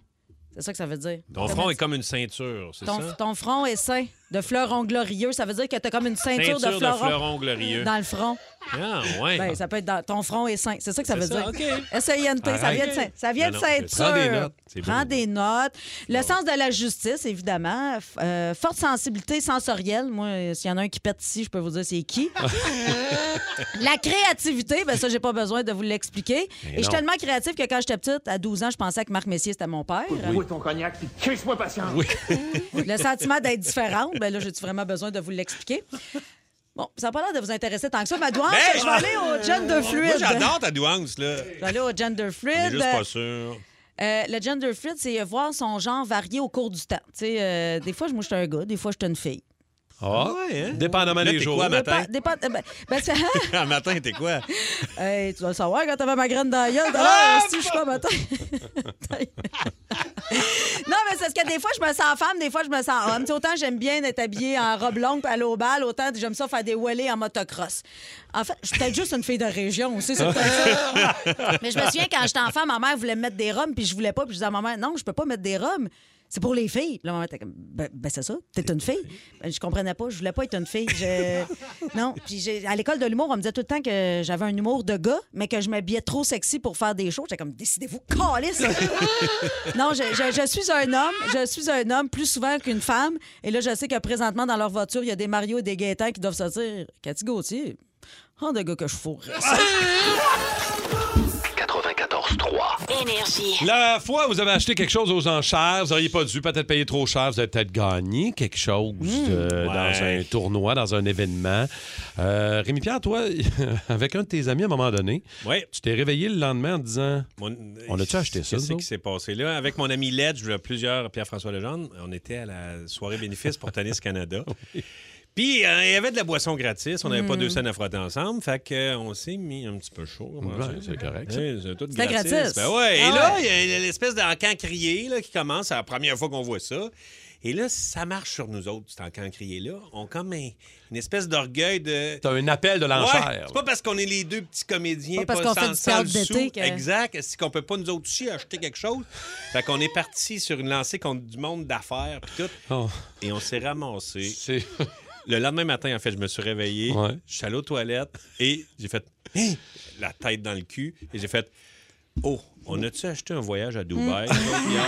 C'est ça que ça veut dire.
Ton front est comme une ceinture, c'est
Ton,
ça?
ton front est sain de fleurons glorieux. Ça veut dire que t'as comme une
Ceinture
ceinture,
de
de, fleurons
fleurons glorieux.
dans le front.
Ah, ouais.
Ben, ça peut être dans ton front est sain. C'est ça que ça
C'est
veut
ça,
dire.
OK.
S-E-I-N-T, ça
Arrête.
vient de, ceint- ça vient
Non,
de
non,
ceinture.
je prends des notes. C'est
Prends
beau.
des notes. Le sens de la justice, évidemment. F- euh, forte sensibilité sensorielle. Moi, euh, s'il y en a un qui pète ici, je peux vous dire c'est qui. la créativité, ben ça, j'ai pas besoin de vous l'expliquer.
Mais
Et je suis
non.
tellement créative que quand j'étais petite, à 12 ans, je pensais que Marc Messier, c'était mon père.
ton cognac, puis crise-moi patience. Oui.
Le sentiment d'être différente, ben là, j'ai-tu vraiment besoin de vous l'expliquer? Bon, ça n'a pas l'air de vous intéresser tant que ça. Ma douane,
Ben,
je vais aller au gender fluid.
Moi, j'adore ta douance, là.
Je vais aller au Ah, gender fluid.
On est juste pas sûr.
Euh, le gender fluid, c'est voir son genre varier au cours du temps. Tu sais, euh, des fois, je- moi, je suis un gars, des fois, je suis une fille.
Ah,
ouais, hein?
Dépendamment
Là,
des
t'es
jours.
quoi, matin?
Dépa- dépa- euh, ben, ben, c'est-
Un matin, t'es quoi?
Hey, tu dois le savoir quand t'avais ma graine dans la gueule. Ah, si je suis pas matin. non, mais c'est parce que des fois, je me sens femme, des fois, je me sens homme. Tu sais, autant j'aime bien être habillée en robe longue puis aller au bal, autant j'aime ça faire des wheelies en motocross. En fait, je suis peut-être juste une fille de région aussi, c'est peut-être ça. Mais je me souviens, quand j'étais enfant, ma mère voulait me mettre des robes, puis je voulais pas, puis je disais à ma mère, non, je peux pas mettre des robes. C'est pour les filles. Puis Là, ma mère était comme, ben, ben, c'est ça, t'es une fille. Ben, je comprenais pas, je voulais pas être une fille. Je- Non, puis j'ai- à l'école de l'humour, on me disait tout le temps que j'avais un humour de gars, mais que je m'habillais trop sexy pour faire des shows. J'étais comme, décidez-vous, calisse! non, je, je- je suis un homme, je suis un homme plus souvent qu'une femme. Et là, je sais que présentement, dans leur voiture, il y a des Mario et des Gaétan qui doivent sortir. Cathy Gauthier, oh, de gars que je fourrais. ça.
94-3. Énergie.
La fois où vous avez acheté quelque chose aux enchères, vous n'auriez pas dû peut-être payer trop cher, vous avez peut-être gagné quelque chose
Hmm.
euh, dans un tournoi, dans un événement. Euh, Rémi-Pierre, toi, avec un de tes amis à un moment donné, tu t'es réveillé le lendemain en disant On a-tu acheté ça
Qu'est-ce
nous
qui s'est passé là? Avec mon ami Ledge, il y a plusieurs, Pierre-François Legendre, on était à la soirée bénéfice pour Tennis Canada. Puis, euh, il y avait de la boisson gratis. On n'avait pas
Mm.
deux scènes à frotter ensemble. Fait qu'on s'est mis un petit peu chaud.
Ouais, c'est correct, ça.
Ouais, c'est tout
C'était
gratis.
gratis.
Ben ouais.
Ah
Et là,
ouais.
il y a l'espèce d'encan crié là, qui commence. C'est la première fois qu'on voit ça. Et là, ça marche sur nous autres, cet encan crié-là. On comme un- une espèce d'orgueil de...
T'as un appel de
Ouais,
l'enchère.
c'est pas parce qu'on est les deux petits comédiens,
Pas parce qu'on fait du
sans-
théâtre
sans le
d'été
sou.
que-
Exact. C'est qu'on peut pas nous autres aussi acheter quelque chose. fait qu'on est parti sur une lancée contre du monde d'affaires puis tout.
Oh.
Et on s'est ramassé. Le lendemain matin, en fait, je me suis réveillé. Je suis allé aux toilettes et j'ai fait Hein? la tête dans le cul et j'ai fait Oh, on a-tu acheté un voyage à Dubaï?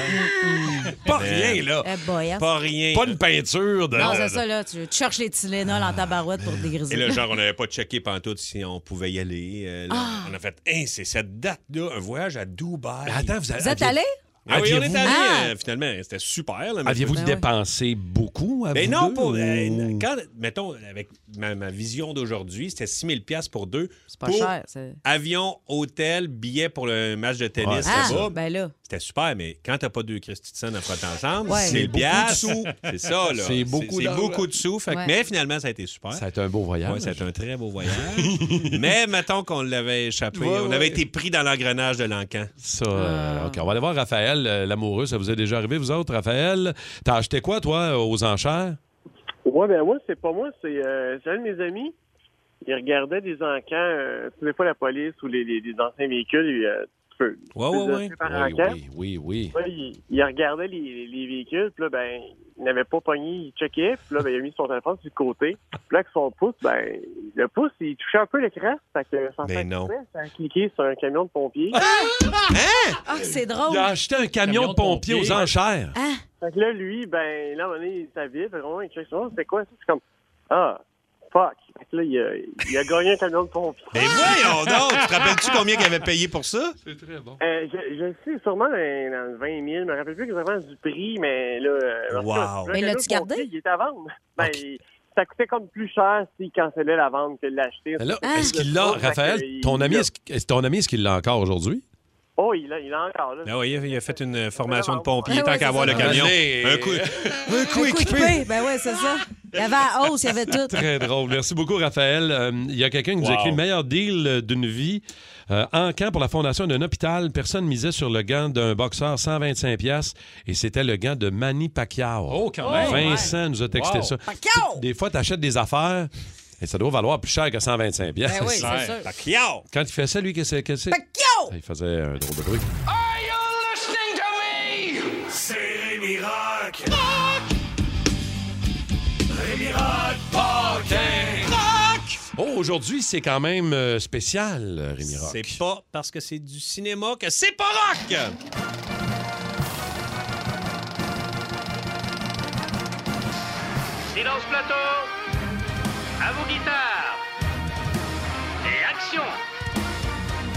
Pierre?
Pas
Mais-
rien, là.
Eh boy, hein.
Pas rien.
Pas une peinture de.
Non, c'est ça, là. Tu, tu cherches les Tylenol en tabarouette pour te dégriser.
Ah, Et là, genre, on n'avait pas checké pantoute si on pouvait y aller. Euh, là,
Ah!
On a fait, hein, c'est cette date-là, un voyage à Dubaï.
attends, vous
Vous êtes allé?
Ah oui, on est
Aviez-vous-
allé,
Ah!
euh, finalement. C'était super. Là, mais-
Aviez-vous dépensé beaucoup à
Ben
vous
non,
deux,
pour,
ou-
euh, quand, mettons, avec ma, ma vision d'aujourd'hui, c'était 6 000 piastres pour deux. C'est
pas cher, c'est-
Avion, hôtel, billet pour le match de tennis,
Ouais, c'est
Ah,
là-bas.
ça. Ben là.
C'était super, mais quand t'as pas deux Christy de scène à frotter ensemble,
Ouais.
c'est
C'est
le
beaucoup de
piastre.
sous.
C'est ça, là.
C'est beaucoup
C'est
d'argent.
beaucoup de sous. fait que-
Ouais.
Mais finalement, ça a été super.
Ça a été un beau voyage.
Ouais, ça a été un très beau voyage. mais mettons qu'on l'avait échappé.
Ouais,
on
ouais.
avait été pris dans l'engrenage de l'encan.
Ça, euh, OK. On va aller voir Raphaël, euh, l'amoureux. Ça vous est déjà arrivé, vous autres, Raphaël? T'as acheté quoi, toi, aux enchères?
Ouais, ben moi, c'est pas moi, c'est euh, c'est un de mes amis. Il regardait des encans, euh, tu sais pas la police ou les, les, les anciens véhicules, il, euh, tu peux.
Ouais,
tu
ouais,
peux
ouais.
acheter par
Oui,
encan.
oui, oui,
Ouais, il, il regardait les, les- les véhicules, puis là, ben, il n'avait pas pogné, il checkait, puis là, ben, il a mis son téléphone sur le côté. Puis là, avec son pouce, ben, le pouce, il touchait un peu l'écran, fait que sans
Ben non.
ça a cliqué sur un camion de pompier.
Ah, c'est drôle.
Hein? Il a acheté un camion, de pompiers aux enchères.
Fait que là, lui, ben, là, à un moment donné, il s'habille, fait vraiment, il check ça, c'est quoi ça? C'est comme, ah, fuck. Fait que là, il a, il a gagné un camion de pompier.
Mais voyons donc! Tu te rappelles-tu combien qu'il avait payé pour ça?
C'est très bon.
Euh, je, je sais sûrement dans, dans le 20 000, je me rappelle plus exactement du prix, mais là. euh, en tout cas,
Wow.
le
Mais
camion
l'as-tu
de pompier, Il était à vendre. Ben, il- ça coûtait comme plus cher s'il cancellait la vente que de l'acheter.
Mais
Ah.
Là, est-ce qu'il l'a,
Fait que,
Raphaël?
il-
Ton ami, est-ce qu'- est-ce ton ami, est-ce qu'il l'a encore aujourd'hui?
Oh, il l'a il l'a encore, là.
Ben oui, il a- il a fait une formation de pompier
Ouais,
tant
ouais,
qu'à avoir
c'est
le
ça.
camion.
Allez.
Un coup.
Un coup équipé. Ben ouais, c'est ça. Il y avait la hausse, il y avait tout.
Très drôle. Merci beaucoup, Raphaël. Euh, Il y a quelqu'un qui nous a
Wow.
écrit le meilleur deal euh, d'une vie. Euh, en camp pour la fondation d'un hôpital, personne misait sur le gant d'un boxeur 125 pièces et c'était le gant de Manny Pacquiao.
Oh, quand même.
Vincent nous a texté
Wow.
ça.
Pacquiao!
Des fois, tu achètes des affaires et ça doit valoir plus cher que 125 pièces.
Ben oui, c'est Clair. sûr.
Pacquiao!
Quand il fait ça, lui, qu'est-ce que c'est? Ah,
Pacquiao!
Il faisait un drôle de bruit.
Are you listening to me? C'est Rémi Rock. Rémi Rock Paquin. Rock!
Oh, aujourd'hui, c'est quand même euh, spécial, euh, Rémi Rock.
C'est pas parce que c'est du cinéma que c'est pas rock!
Silence plateau. À vos guitares. Et action.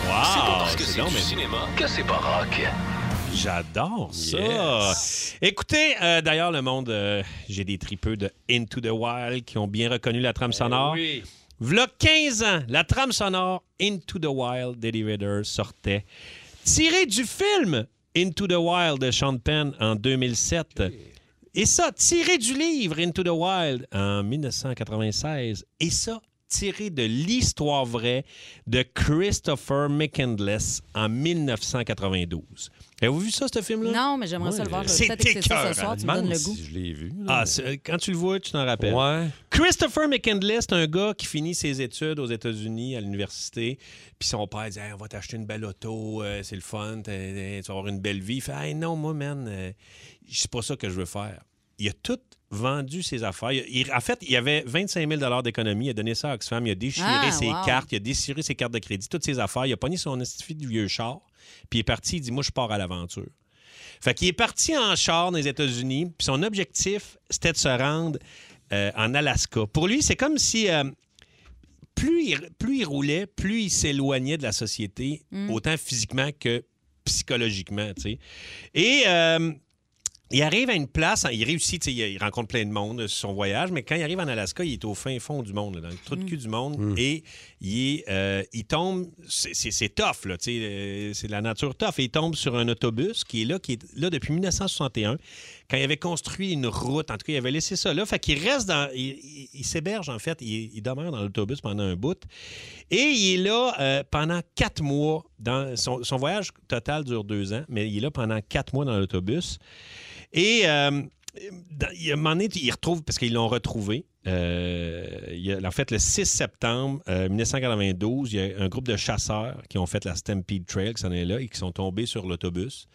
Wow!
C'est pas parce que
c'est
c'est
long,
du
mais-
cinéma que c'est pas rock.
J'adore ça. Écoutez, euh, d'ailleurs, le monde, euh, j'ai des tripeux de Into the Wild qui ont bien reconnu la trame sonore.
oui.
V'là 15 ans, la trame sonore Into the Wild d'Eddie Vedder sortait. Tirée du film Into the Wild de Sean Penn en 2007. Et ça, tiré du livre Into the Wild en 1996. Et ça, tiré de l'histoire vraie de Christopher McCandless en 1992. Avez-vous vu ça, ce film-là?
Non, mais j'aimerais ça le voir. Je vais
C'est
peut-être écouter ça ce
écœurant.
soir. Tu me donnes
Demande
le
si
goût.
Je l'ai vu.
Ah, c'est- quand tu le vois, tu t'en rappelles.
Ouais.
Christopher McCandless, c'est un gars qui finit ses études aux États-Unis à l'université. Puis son père dit Hey, On va t'acheter une belle auto, euh, c'est le fun, t'as- tu vas avoir une belle vie. Il fait Hey, Non, moi, man, euh, c'est pas ça que je veux faire. Il a tout vendu ses affaires. Il- il- en fait, il avait 25 000 d'économie. Il a donné ça à Oxfam. Il a déchiré
Ah,
ses
wow.
cartes, il a déchiré ses cartes de crédit, toutes ses affaires. Il a pogné son institut du vieux char. Puis il est parti. Il dit Moi, je pars à l'aventure. Fait qu'il est parti en char dans les États-Unis, puis son objectif, c'était de se rendre euh, en Alaska. Pour lui, c'est comme si euh, plus, il, plus il roulait, plus il s'éloignait de la société,
Mm.
autant physiquement que psychologiquement, tu sais. Et euh, il arrive à une place, hein, il réussit, tu sais, il rencontre plein de monde sur son voyage, mais quand il arrive en Alaska, il est au fin fond du monde, là, dans le trou de cul du monde, et il, est, euh, il tombe, c'est- c'est c'est tough, là, tu sais, euh, c'est de la nature tough, et il tombe sur un autobus qui est là, qui est là depuis 1961, quand il avait construit une route, en tout cas, il avait laissé ça là, fait qu'il reste dans, il, il- il s'héberge en fait, il, il demeure dans l'autobus pendant un bout, et il est là euh, pendant quatre mois, dans son, son voyage total dure deux ans, mais il est là pendant quatre mois dans l'autobus. Et euh, dans- il y a un moment donné, ils retrouvent, parce qu'ils l'ont retrouvé, euh, il y a- en fait, le 6 septembre euh, 1992, il y a un groupe de chasseurs qui ont fait la Stampede Trail, qui s'en est là, et qui sont tombés sur l'autobus.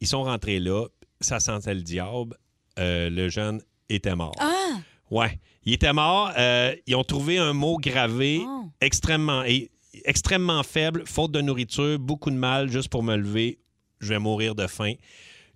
Ils sont rentrés là, ça sentait le diable, euh, le jeune était mort.
Ah!
Ouais, il était mort. Euh, ils ont trouvé un mot gravé extrêmement et extrêmement faible, faute de nourriture, beaucoup de mal, juste pour me lever, je vais mourir de faim.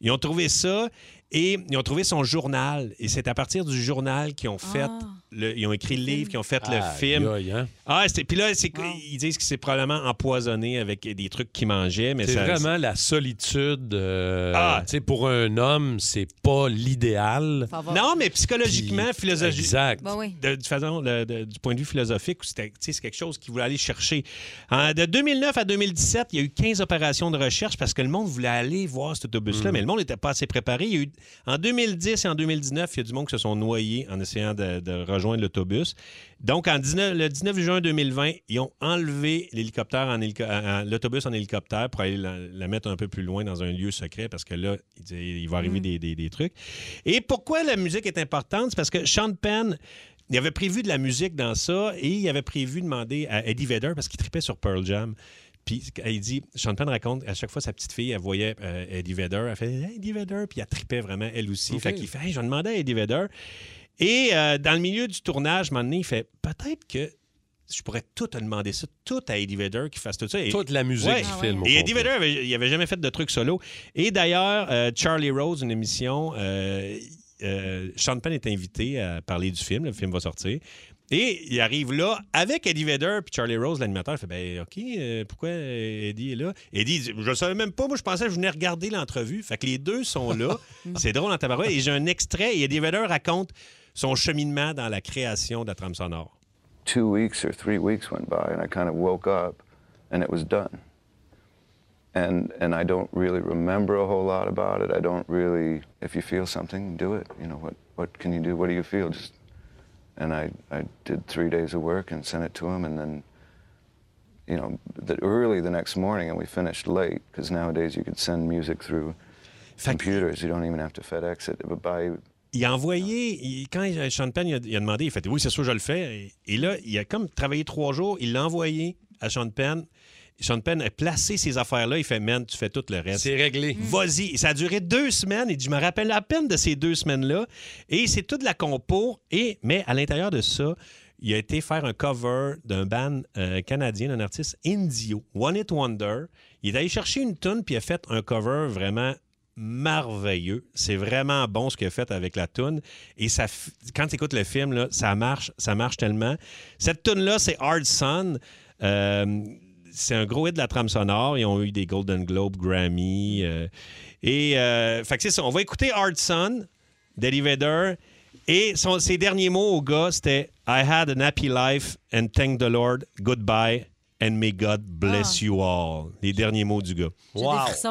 Ils ont trouvé ça et ils ont trouvé son journal. Et c'est à partir du journal qu'ils ont fait, le- ils ont écrit le livre, qu'ils ont fait le
Aïe,
film.
aïe, hein.
Ah, c'était- puis là, c'est que- ils disent que c'est probablement empoisonné avec des trucs qu'ils mangeaient. mais
C'est
ça-
vraiment la solitude. euh,
Ah.
tu sais, Pour un homme, c'est pas l'idéal.
Non, mais psychologiquement,
Puis-
philosophiquement.
Exact.
Ben de, de façon, le- de- du point de vue philosophique, c'était, tu sais, c'est quelque chose qu'il voulait aller chercher. En- de 2009 à 2017, il y a eu 15 opérations de recherche parce que le monde voulait aller voir cet autobus-là,
Mm.
mais le monde n'était pas assez préparé. Il y a eu- en 2010 et en 2019, il y a du monde qui se sont noyés en essayant de, de rejoindre l'autobus. Donc, en 19 le 19 juin 2020, ils ont enlevé l'hélicoptère en hélico- en- en- l'autobus en hélicoptère pour aller la, la mettre un peu plus loin dans un lieu secret parce que là, il, disait, il va arriver des, des- des trucs. Et pourquoi la musique est importante? C'est parce que Sean Penn, il avait prévu de la musique dans ça et il avait prévu de demander à Eddie Vedder parce qu'il tripait sur Pearl Jam. Puis il dit, Sean Penn raconte, à chaque fois sa petite fille, elle voyait euh, Eddie Vedder, elle fait Hey, Eddie Vedder, puis elle tripait vraiment elle aussi.
Ok.
Fait qu'il fait, hey, j'en demandais à Eddie Vedder. Et euh, dans le milieu du tournage, à un moment donné, il fait, peut-être que je pourrais tout te demander ça, tout à Eddie Vedder qui fasse tout ça. Et-
Toute la musique du Ah ouais. film au
Et Eddie
complet.
Vedder, avait- il avait jamais fait de truc solo. Et d'ailleurs, euh, Charlie Rose, une émission, euh, euh, Sean Penn est invité à parler du film. Le film va sortir. Et il arrive là avec Eddie Vedder puis Charlie Rose, l'animateur. Il fait ben ok, euh, pourquoi euh, Eddie est là Eddie, dit, je savais même pas. Moi, je pensais que je venais regarder l'entrevue. Fait que les deux sont là. C'est drôle en tabarouette. Et j'ai un extrait. Et Eddie Vedder raconte son cheminement dans la création de la trame sonore.
two weeks or three weeks went by and I kind of woke up and it was done. And and I don't really remember a whole lot about it. I don't really if you feel something, do it. You know, what what can you do? What do you feel? Just and I, I did three days of work and sent it to him and then you know the, early the next morning and we finished late because nowadays you could send music through computers you don't even have to fedex it but by
Il a envoyé, il- quand il- Sean Penn il a, il a demandé, il fait Oui, c'est sûr, je le fais. Et, et là, il a comme travaillé trois jours, il l'a envoyé à Sean Penn. Sean Penn a placé ces affaires-là. Il fait Man, tu fais tout le reste.
C'est réglé.
Vas-y. Ça a duré deux semaines. Et je me rappelle à peine de ces deux semaines-là. Et c'est toute la compo. Et, mais à l'intérieur de ça, il a été faire un cover d'un band euh, canadien, d'un artiste indio, One It Wonder. Il est allé chercher une tune puis il a fait un cover vraiment merveilleux. C'est vraiment bon ce qu'il a fait avec la tune. Et ça, f- quand tu écoutes le film, là, ça marche, ça marche tellement. Cette tune là c'est Hard Sun. Euh, c'est un gros hit de la trame sonore. Ils ont eu des Golden Globe, Grammy. euh, et euh, fait que c'est ça. On va écouter Hard Sun d'Eddie Vedder. Et son- ses derniers mots au gars, c'était I had an happy life and thank the Lord. Goodbye and may God
Oh.
bless you all. Les derniers mots du gars.
J'ai des frissons.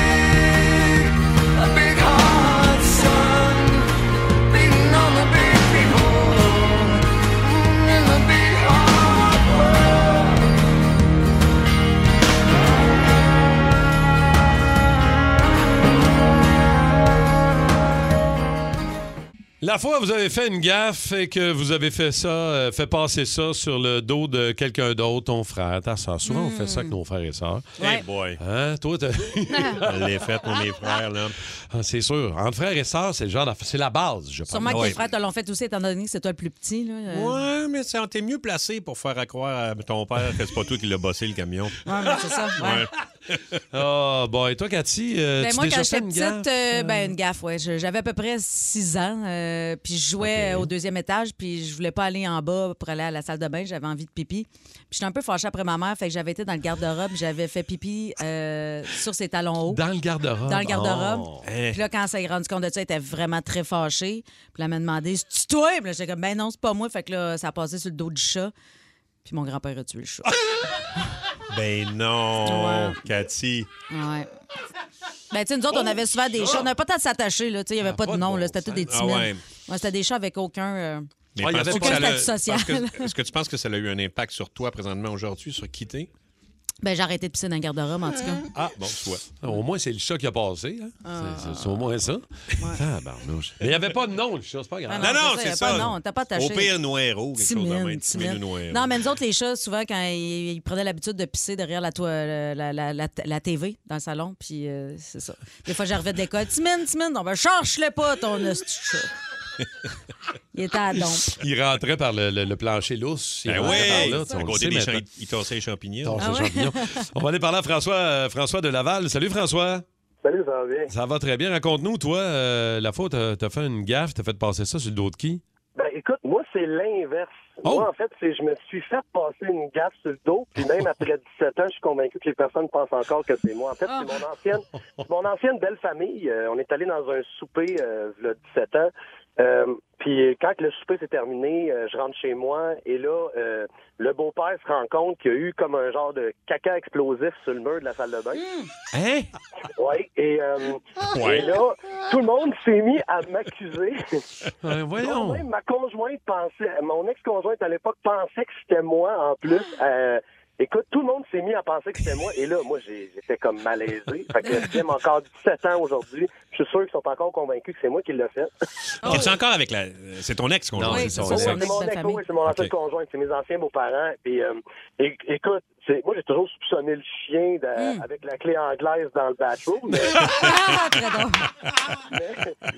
La fois où vous avez fait une gaffe et que vous avez fait ça, euh, fait passer ça sur le dos de quelqu'un d'autre, ton frère, ta soeur. Souvent, on fait ça avec nos frères et sœurs.
Ouais. Hey boy.
Hein? Toi, t'as...
Je l'ai faite, moi, mes frères, là.
Ah, c'est sûr. Entre frères et sœurs, c'est le genre d'aff- c'est la base, je pense.
Sûrement que tes frères te l'ont fait aussi, étant donné que c'est toi le plus petit. Là. Euh,
Ah Ouais, mais c'est- t'es mieux placé pour faire à croire à ton père que c'est pas toi qui l'as bossé, le camion.
Ouais, mais c'est ça, ouais.
Ah, boy. Toi, Cathy, euh,
Ben,
tu
moi,
t'es déjà
quand
fait
j'étais
une
petite,
gaffe?
euh, ben, une gaffe, ouais. Je- J'avais à peu près 6 ans, euh, puis je jouais au deuxième étage, puis je voulais pas aller en bas pour aller à la salle de bain, j'avais envie de pipi. Puis j'étais un peu fâchée après ma mère, fait que j'avais été dans le garde-robe, j'avais fait pipi euh, sur ses talons hauts.
Dans le garde-robe.
Dans le garde-robe.
Oh.
Puis là, quand elle s'est rendue compte de ça, elle était vraiment très fâchée. Puis là, elle m'a demandé C'est-tu toi Puis là, j'étais comme Ben non, c'est pas moi. Fait que là, ça a passé sur le dos du chat. Puis mon grand-père a tué le chat.
Ben non, Cathy.
Ouais. Ben, tu sais, nous autres, on avait souvent des chats. On n'avait pas tant de s'attacher, là. Tu sais, il n'y avait pas, de nom, là. C'était tous des
sens.
timides.
Ah ouais.
Ouais, c'était des chats avec aucun. euh,
Mais
aucun
penses-tu que ça
statut
l'a-
social.
parce que- Est-ce que tu penses que ça a eu un impact sur toi présentement aujourd'hui, sur quitter?
Ben, j'ai arrêté de pisser dans le garde-robe, en tout cas.
Ah, bon, soit.
Au moins, c'est le chat qui a passé. hein.
Ah.
C'est- C'est c'est au moins ça. Tabarnouche. Mais il n'y avait pas de nom, le chat, c'est pas grave.
Ah non, Non, non, c'est c'est ça, il y a ça. pas de nom, t'as pas attaché.
Au pire, Noiro, quelque chose de même.
Timide,
Timide ou
timide.
Noiro.
Non, mais nous autres, les chats, souvent, quand ils, ils prenaient l'habitude de pisser derrière la, toi- la, la, la- la- la TV dans le salon, puis euh, c'est ça. Des fois, j'arrivais de l'école. Timine, timine, on va cherche-le pas, ton hostie de chat. Il était à la dompe.
Il rentrait par le, le- le plancher lousse. Il
Ben
rentrait
ouais,
par là, tu sais,
à
on le
côté
sait
des
maintenant.
champ- il tassait les champignons.
Tassait
Ah
les
ouais?
champignons. On va aller parler à François, euh, François de Laval. Salut, François.
Salut, ça va bien.
Ça va très bien. Raconte-nous, toi, euh, la fois où t'as t'as fait une gaffe, t'as fait passer ça sur le dos de qui?
Ben, écoute, moi, c'est l'inverse. Moi, en fait, c'est je me suis fait passer une gaffe sur le dos, puis même après 17 ans, je suis convaincu que les personnes pensent encore que c'est moi. En fait, c'est mon ancienne, c'est mon ancienne belle famille. Euh, on est allé dans un souper, euh, v'là 17 ans. Euh, puis quand le souper s'est terminé, euh, je rentre chez moi et là, euh, le beau-père se rend compte qu'il y a eu comme un genre de caca explosif sur le mur de la salle de bain.
Hein?
Oui, et, euh,
Ouais.
et là, tout le monde s'est mis à m'accuser.
Euh, voyons.
Moi-même, ma conjointe pensait, mon ex-conjointe à l'époque pensait que c'était moi en plus. Euh, écoute, tout le monde s'est mis à penser que c'était moi. Et là, moi, j'ai- j'étais comme malaisé. Fait que j'aime encore 17 ans aujourd'hui. Je suis sûr qu'ils sont encore convaincus que c'est moi qui l'ai fait.
Es-tu encore avec la. C'est ton ex qu'on
Non,
joue,
c'est son ex. C'est mon ex, oui, c'est mon ancienne conjointe, c'est mes anciens beaux-parents. Puis, euh, é- écoute, c'est- moi, j'ai toujours soupçonné le chien de- avec la clé anglaise dans le bateau. Mais... Mais-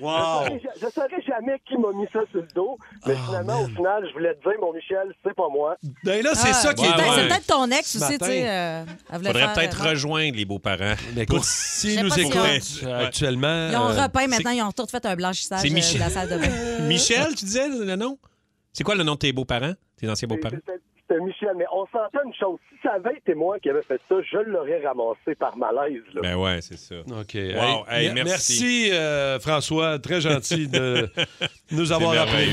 Je
Wow.
saurais ja- Je saurais jamais qui m'a mis ça sur le dos,
Ah,
mais finalement, au final, je voulais te dire, mon Michel, c'est pas moi.
Ben là,
c'est ça qui est
ouais,
drôle.
C'est peut-être ton ex
Ce
aussi, tu
matin.
sais. euh, elle voulait
Faudrait
faire-
peut-être
non.
rejoindre les beaux-parents.
Mais écoute, s'ils
Je sais
nous
pas si
écoutent
on-
euh, actuellement.
Ils ont
euh,
repeint maintenant, ils ont tout fait un blanchissage
C'est
euh, de
Michel.
la salle de bain.
Michel, tu disais le nom? C'est quoi le nom de tes beaux-parents? Tes anciens beaux-parents?
C'était c'était Michel, mais on s'entend une chose. Si ça avait été moi qui avait fait ça, je l'aurais ramassé par malaise. là.
Ben ouais, c'est ça.
OK.
Wow,
Hey,
hey,
mer-
merci.
merci, euh, François. Très gentil de nous avoir appris.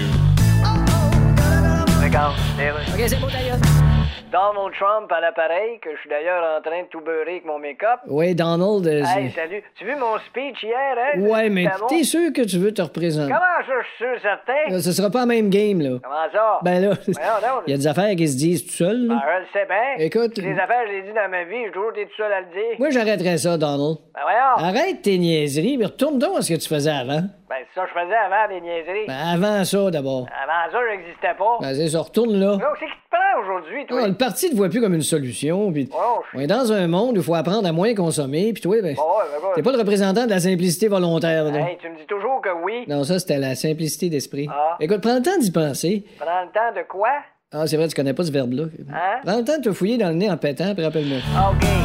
Regarde, OK, c'est beau, d'ailleurs. Donald Trump à l'appareil, que je suis d'ailleurs en train de tout beurrer avec mon make-up.
Oui, Donald. euh,
Hey,
c'est-
salut. Tu vu mon speech hier, hein?
ouais, mais
C'était
t'es
bon.
sûr que tu veux te représenter?
Comment ça, je suis sûr, certain?
Là, ce sera pas la même game, là.
Comment ça?
Ben là,
Voyons donc.
il y a des affaires qui se disent tout seul. là.
Ben, je le sais bien.
Écoute-
Les affaires, je les dit dans ma vie, j'ai toujours été tout seul à le dire.
Moi, j'arrêterais ça, Ah. Donald.
Ben, voyons.
Arrête tes niaiseries, mais retourne donc à ce que tu faisais avant.
Ben, c'est ça que je faisais avant, des niaiseries.
Ben, avant ça, d'abord.
Avant ça, je n'existais pas.
Ben, c'est ça, retourne là.
Donc, c'est qui te prend aujourd'hui, toi?
Ah, le parti te voit plus comme une solution. Puis on est dans un monde où il faut apprendre à moins consommer. Puis toi, ben, t'es pas le représentant de la simplicité volontaire. Là.
Hey, tu me dis toujours que oui.
Non, ça, c'était la simplicité d'esprit.
Ah.
Écoute, prends le temps d'y penser.
Prends le temps de quoi?
Ah, c'est vrai, tu connais pas ce verbe-là.
Hein? Ah,
Prends le temps de te fouiller dans le nez en pétant, puis rappelle-moi.
OK.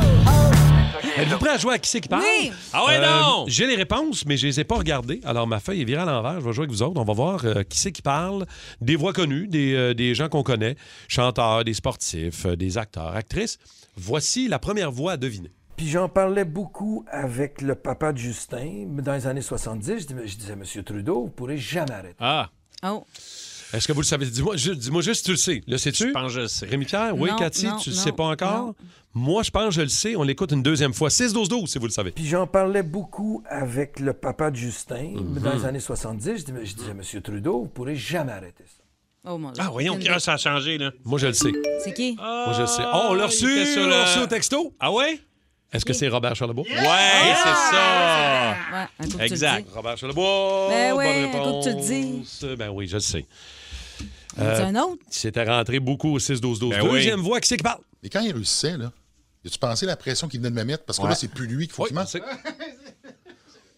Êtes-vous prêt à jouer à qui c'est qui parle? Euh,
Oui.
Ah ouais, non!
J'ai les réponses, mais je les ai pas regardées. Alors, ma feuille est virée à l'envers. Je vais jouer avec vous autres. On va voir euh, qui c'est qui parle. Des voix connues, des, euh, des gens qu'on connaît, chanteurs, des sportifs, euh, des acteurs, actrices. Voici la première voix à deviner.
Puis j'en parlais beaucoup avec le papa de Justin dans les années 70. Je dis- Je disais, Monsieur Trudeau, vous pourrez jamais arrêter.
Ah!
Oh.
Est-ce que vous le savez? Dis-moi ju- dis-moi juste si tu le sais. Le sais-tu? Je pense que je le sais. Rémi-Pierre, oui,
Non,
Cathy,
non,
tu le
non,
sais pas encore? Moi, je pense que je le sais. On l'écoute une deuxième fois. 6-12-12, si vous le savez.
Puis j'en parlais beaucoup avec le papa de Justin dans
Mhm.
les années 70. Je dis- Je disais, Monsieur Trudeau, vous pourrez jamais arrêter ça.
Oh mon Dieu.
Ah, voyons,
Une-
ça a changé, là. Ah,
Moi, je le sais.
C'est qui?
Moi, je le sais. Oh, on l'a reçu,
il était sur
on l'a
le-
reçu au texto.
Ah ouais?
Est-ce que c'est Robert Charlebois?
Ouais,
Ah,
c'est ça!
Ouais, un coup que tu le
Exact.
dis.
Robert Charlebois.
Ben
bonne
ouais, un coup que tu le
réponse. Ben oui, je le sais.
dit un autre?
C'était rentré beaucoup au 6-12-12.
Ben oui.
Deuxième voix, qui c'est qui parle?
Mais quand il réussissait, là, as-tu pensé la pression qu'il venait de me mettre? Parce que
Ouais.
là, c'est plus lui qu'il faut qu'il mange.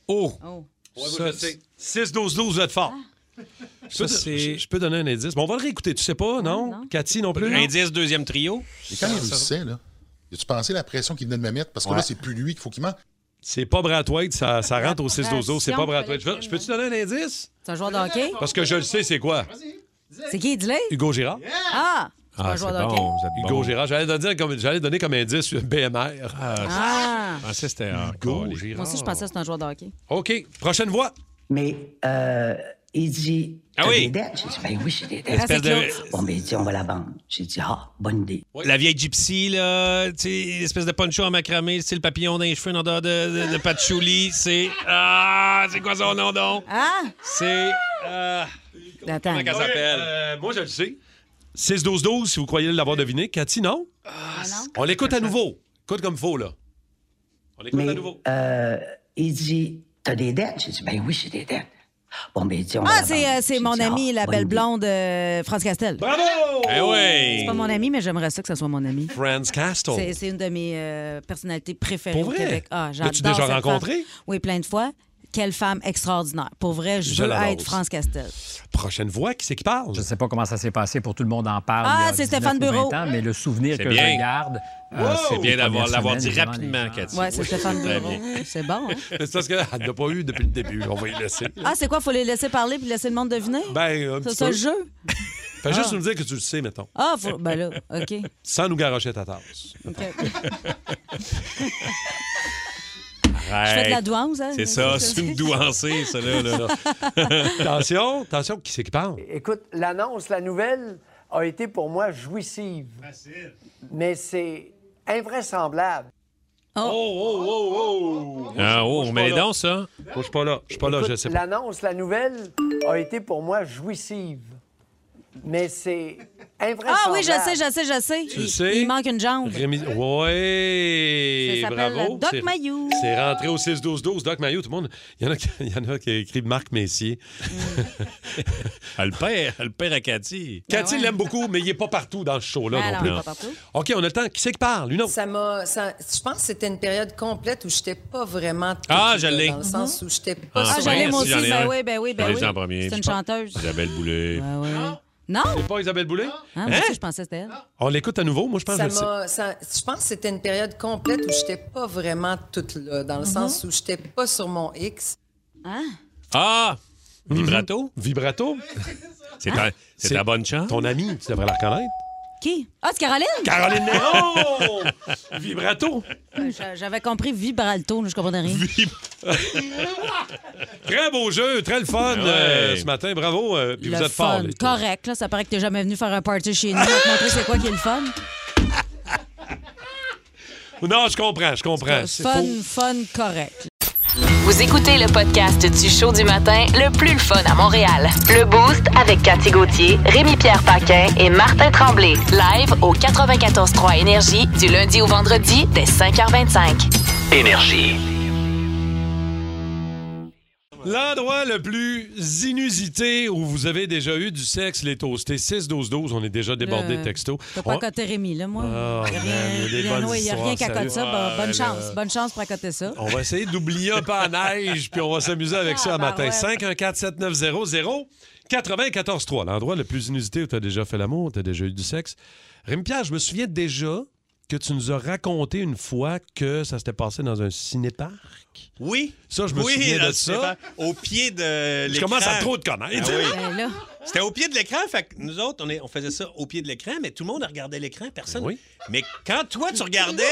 Oh!
moi,
Ça,
je sais.
6-12-12, vous êtes fort.
Ah.
Je, peux
Ça,
don-
c'est-
je- je peux donner un indice. Bon, on va le réécouter. Tu sais pas, non? Cathy non plus?
Indice, deuxième trio.
Mais quand il réussissait, là, as-tu pensé la pression qu'il venait de me mettre? Parce que
Ouais.
là, c'est plus lui qu'il faut qu'il mange.
C'est pas Brathwaite, ça, ça rentre au 6-12-12. C'est pas
Attention,
Brathwaite. Je, vais- je peux-tu donner un indice?
C'est un joueur de hockey?
Parce que je le sais, c'est quoi?
C'est qui, dis-le?
Hugo Girard.
Ah! C'est pas un joueur de hockey.
Hugo Girard. J'allais te dire comme- j'allais donner comme indice BMR.
Ah!
Ah, c'était Hugo Girard.
Moi aussi, je pensais que c'était un joueur de hockey.
OK, prochaine voix.
Mais euh, il dit
Ah
T'as
oui.
des dettes? J'ai dit Ben oui, j'ai des dettes.
Ah, c'est Claude.
Bon, mais il dit On va la vendre. J'ai dit Ah, bonne idée.
La vieille gypsy, là, tu sais, l'espèce de poncho en macramé, c'est le papillon dans les cheveux en odeur de, de, de patchouli, c'est... Ah, c'est quoi son nom, donc?
Ah!
C'est... euh,
Attends.
Comment qu'elle s'appelle?
Euh, moi, je le sais. 6-12-12, si vous croyez l'avoir deviné. Cathy, non?
Ah,
On l'écoute à nouveau. Écoute comme faut, là. On l'écoute
Mais
à nouveau.
euh, il dit T'as des dettes? J'ai dit Ben oui, j'ai des dettes. Bon, mais il dit On va
Ah,
la
c'est
vendre.
euh, c'est
J'ai
mon
dit, Ah,
amie, la
bonne
belle
idée.
blonde euh, France Castel.
Bravo! Eh oui!
C'est pas mon amie, mais j'aimerais ça que ça soit mon amie.
Franz Castle.
C'est c'est une de mes euh, personnalités préférées
Pour
au
vrai?
Québec. Ah, j'adore
L'as-tu déjà
cette femme.
rencontrée?
Oui, plein de fois. Quelle femme extraordinaire. Pour vrai, je,
Je
veux
l'adore
être
aussi.
France Castel.
Prochaine voix, qui c'est qui parle?
Je ne sais pas comment ça s'est passé, pour tout le monde en parle.
Ah,
il y a
c'est
19
Stéphane
ou 20
Bureau.
ans, mais le souvenir
C'est
que
bien.
je garde,
Wow!
euh, c'est
C'est bien
les
d'avoir-
premières
l'avoir dit
semaines, évidemment,
rapidement,
les gens-
Cathy.
Ouais, c'est
Oui,
Stéphane
très
Bureau.
bien.
C'est bon, hein?
C'est parce qu'elle n'a pas eu depuis le début. On va y laisser.
Ah, c'est quoi? Faut les laisser parler puis laisser le monde deviner?
Ben, un
C'est
petit
ça
peu.
le jeu?
Fais juste
Ah.
nous dire que tu le sais, mettons.
Ah, faut... ben là, OK.
Sans nous garocher ta tasse.
OK. Je fais de la douance, hein?
C'est ça, c'est une douancée, ça, là. là.
attention, attention, qui c'est qui parle?
Écoute, l'annonce, la nouvelle a été pour moi jouissive. Facile. Mais c'est invraisemblable.
Oh,
oh, oh, oh!
Ah, oh, mais donc, ça.
je suis pas là. Je suis pas là, je sais pas.
L'annonce, la nouvelle a été pour moi jouissive. Mais c'est invraisemblable.
Ah oui, je sais, je sais, je sais.
Tu le
Il-
sais?
Il manque une jambe.
Rémi. Ouais!
Ça s'appelle
Bravo!
Doc
C'est-
Mayou.
C'est rentré au 6-12-12. Doc Mayou, tout le monde. Il y en a qui, il y en a qui a écrit Marc Messier.
Elle perd, elle perd à Cathy.
Cathy l'aime beaucoup, mais il n'est pas partout dans ce show-là
Ben
non
non,
plus.
il est pas partout.
OK, on a le temps. Qui c'est qui parle? Une autre.
Ça m'a. ça- je pense que c'était une période complète où j'étais pas vraiment.
Ah,
tôt,
je l'ai.
Dans le
Mm-hmm.
sens où j'étais pas.
Ah,
sûre.
je l'ai, moi
Si, j'en ai
ben
un.
oui, ben oui, ben
J'en ai
oui.
dit en premier.
C'est une
Je pense-
chanteuse.
Isabelle Boulay.
Non?
C'est pas Ah, Isabelle Boulay?
Ah,
Hein?
moi aussi, je pensais que c'était elle.
On l'écoute à nouveau. Moi, je pense
Ça
que je le sais.
m'a- ça- je pense que c'était une période complète où j'étais pas vraiment toute là, dans le
Mm-hmm.
sens où j'étais pas sur mon X.
Ah! Vibrato?
Mhm. Vibrato? Ah,
C'est ta, c'est ta bonne chance.
Ton ami, tu devrais la reconnaître.
Qui? Ah, c'est Caroline?
Caroline Néron! Oh! Vibrato!
Euh, j'a- J'avais compris vibralto, je comprenais rien.
Très beau jeu, très le fun
Ouais.
euh, ce matin. Bravo. euh, puis
Le
vous êtes
fun,
fort. les-
correct. Là, ça paraît que t'es jamais venu faire un party chez nous. pour te montrer c'est quoi qui est le fun.
Non, je comprends, je comprends. C'est
Fun,
faux.
fun, correct.
Vous écoutez le podcast du show du matin le plus le fun à Montréal. Le Boost avec Cathy Gauthier, Rémi-Pierre Paquin et Martin Tremblay. Live au 94.3 Énergie du lundi au vendredi dès 5h25.
Énergie.
L'endroit le plus inusité où vous avez déjà eu du sexe, les toastés. 6-12-12, on est déjà débordé
Là,
de textos.
T'as pas
On-
accoté Rémi, là, moi.
Oh,
Y a rien-
man, il y a des
y a-
bonnes
non, y a rien
histoires,
qui accote ça.
sérieux.
Bah,
Ah,
bonne
là.
chance. Bonne chance pour accoter ça.
On va essayer d'oublier un peu à neige, puis on va s'amuser avec
Ah, ben
ça à matin. 514-7900-943, l'endroit le plus inusité où tu as déjà fait l'amour, tu as déjà eu du sexe. Rémi-Pierre, je me souviens déjà que tu nous as raconté une fois que ça s'était passé dans un cinéparc.
Oui.
Ça, je me
oui,
souviens
dans
de
le
ça.
cinéma, Au pied de
Je
l'écran.
commence à trop te connaître.
Ah oui.
Ben
C'était au pied de l'écran. Fait que nous autres, on, est- on faisait ça au pied de l'écran, mais tout le monde regardait l'écran, personne. Mais quand toi, tu regardais,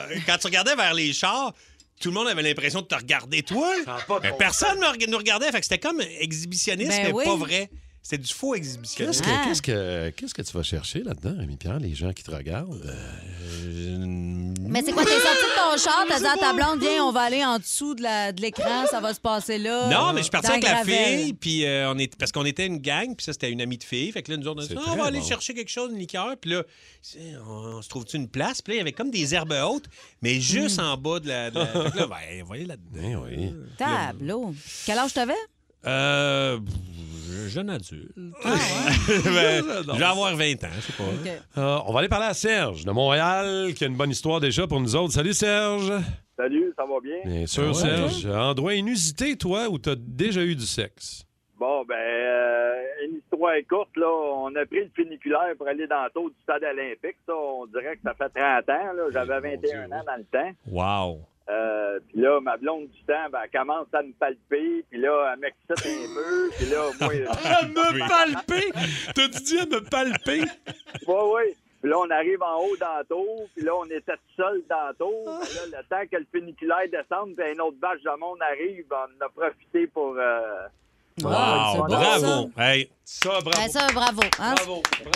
euh, quand tu regardais vers les chars, tout le monde avait l'impression de te regarder, toi. Mais
bon
personne ne reg- nous regardait. Fait que c'était comme exhibitionniste,
Ben
mais
oui.
pas vrai. C'était du faux exhibitionnisme.
Qu'est-ce
Ah.
que, qu'est-ce que, qu'est-ce que tu vas chercher là-dedans, Rémi Pierre, les gens qui te regardent? Euh,
Mais c'est quoi, t'es sorti de ton char, t'as dit à ta blonde, viens, on va aller en dessous de la- de l'écran, ça va se passer là.
Non, mais je suis parti
dans
avec la
Gravel.
fille, puis euh, on est, parce qu'on était une gang, puis ça, c'était une amie de fille. Fait que là, nous autres, on a dit,
C'est
Ah, on va
très
aller
bon.
chercher quelque chose, une liqueur, puis là, c'est- on, on se trouve-tu une place? Puis là, il y avait comme des herbes hautes, mais juste en bas de la. de la- fait que là, ben, voyez là-dedans.
oui.
Tableau. Quel âge t'avais?
Euh. pff, Jeune adulte. Ben, je vais avoir 20 ans, je sais pas.
Euh, on va aller parler à Serge de Montréal, qui a une bonne histoire déjà pour nous autres. Salut Serge!
Salut, ça va bien?
Bien
Ah
sûr, Serge. Endroit inusité, toi, où t'as déjà eu du sexe?
Bon, ben, euh, une histoire courte, là. On a pris le funiculaire pour aller dans le tour du stade olympique. Ça, on dirait que ça fait 30 ans, là. J'avais 21 ans dans le temps.
Wow.
Euh, puis là, ma blonde du temps, ben, elle commence à me palper. Puis là, elle m'excite un peu. Puis là, moi...
À me palper! T'as-tu dit à me palper?
Oui, oui. Puis là, on arrive en haut dans la tour, puis là, on était tout seul dans la tour. Puis là, le temps que le funiculaire descende, puis un autre bâche de monde arrive, on en a profité pour... euh,
Wow,
c'est bon,
bravo. Hey.
Ça, bravo.
Ben ça, bravo. hein?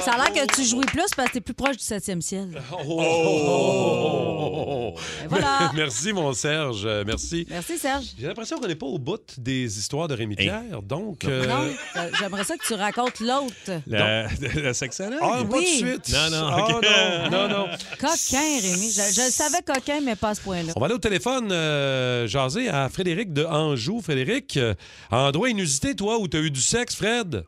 Ça a l'air que tu jouais plus parce que t'es plus proche du 7e ciel.
Oh!
voilà.
Merci, mon Serge. Euh, Merci.
Merci, Serge.
J'ai l'impression qu'on n'est pas au bout des histoires de Rémi Pierre, donc... euh,
Non, euh, j'aimerais ça que tu racontes l'autre.
La, la sexologue?
Ah, pas de
Oui.
suite.
Non, non.
Ah,
ok.
non, non, non.
Coquin, Rémi. Je, je le savais coquin, mais pas à ce point-là.
On va aller au téléphone euh, jaser à Frédéric de Anjou. Frédéric, euh, endroit inusité, toi, où t'as eu du sexe, Fred?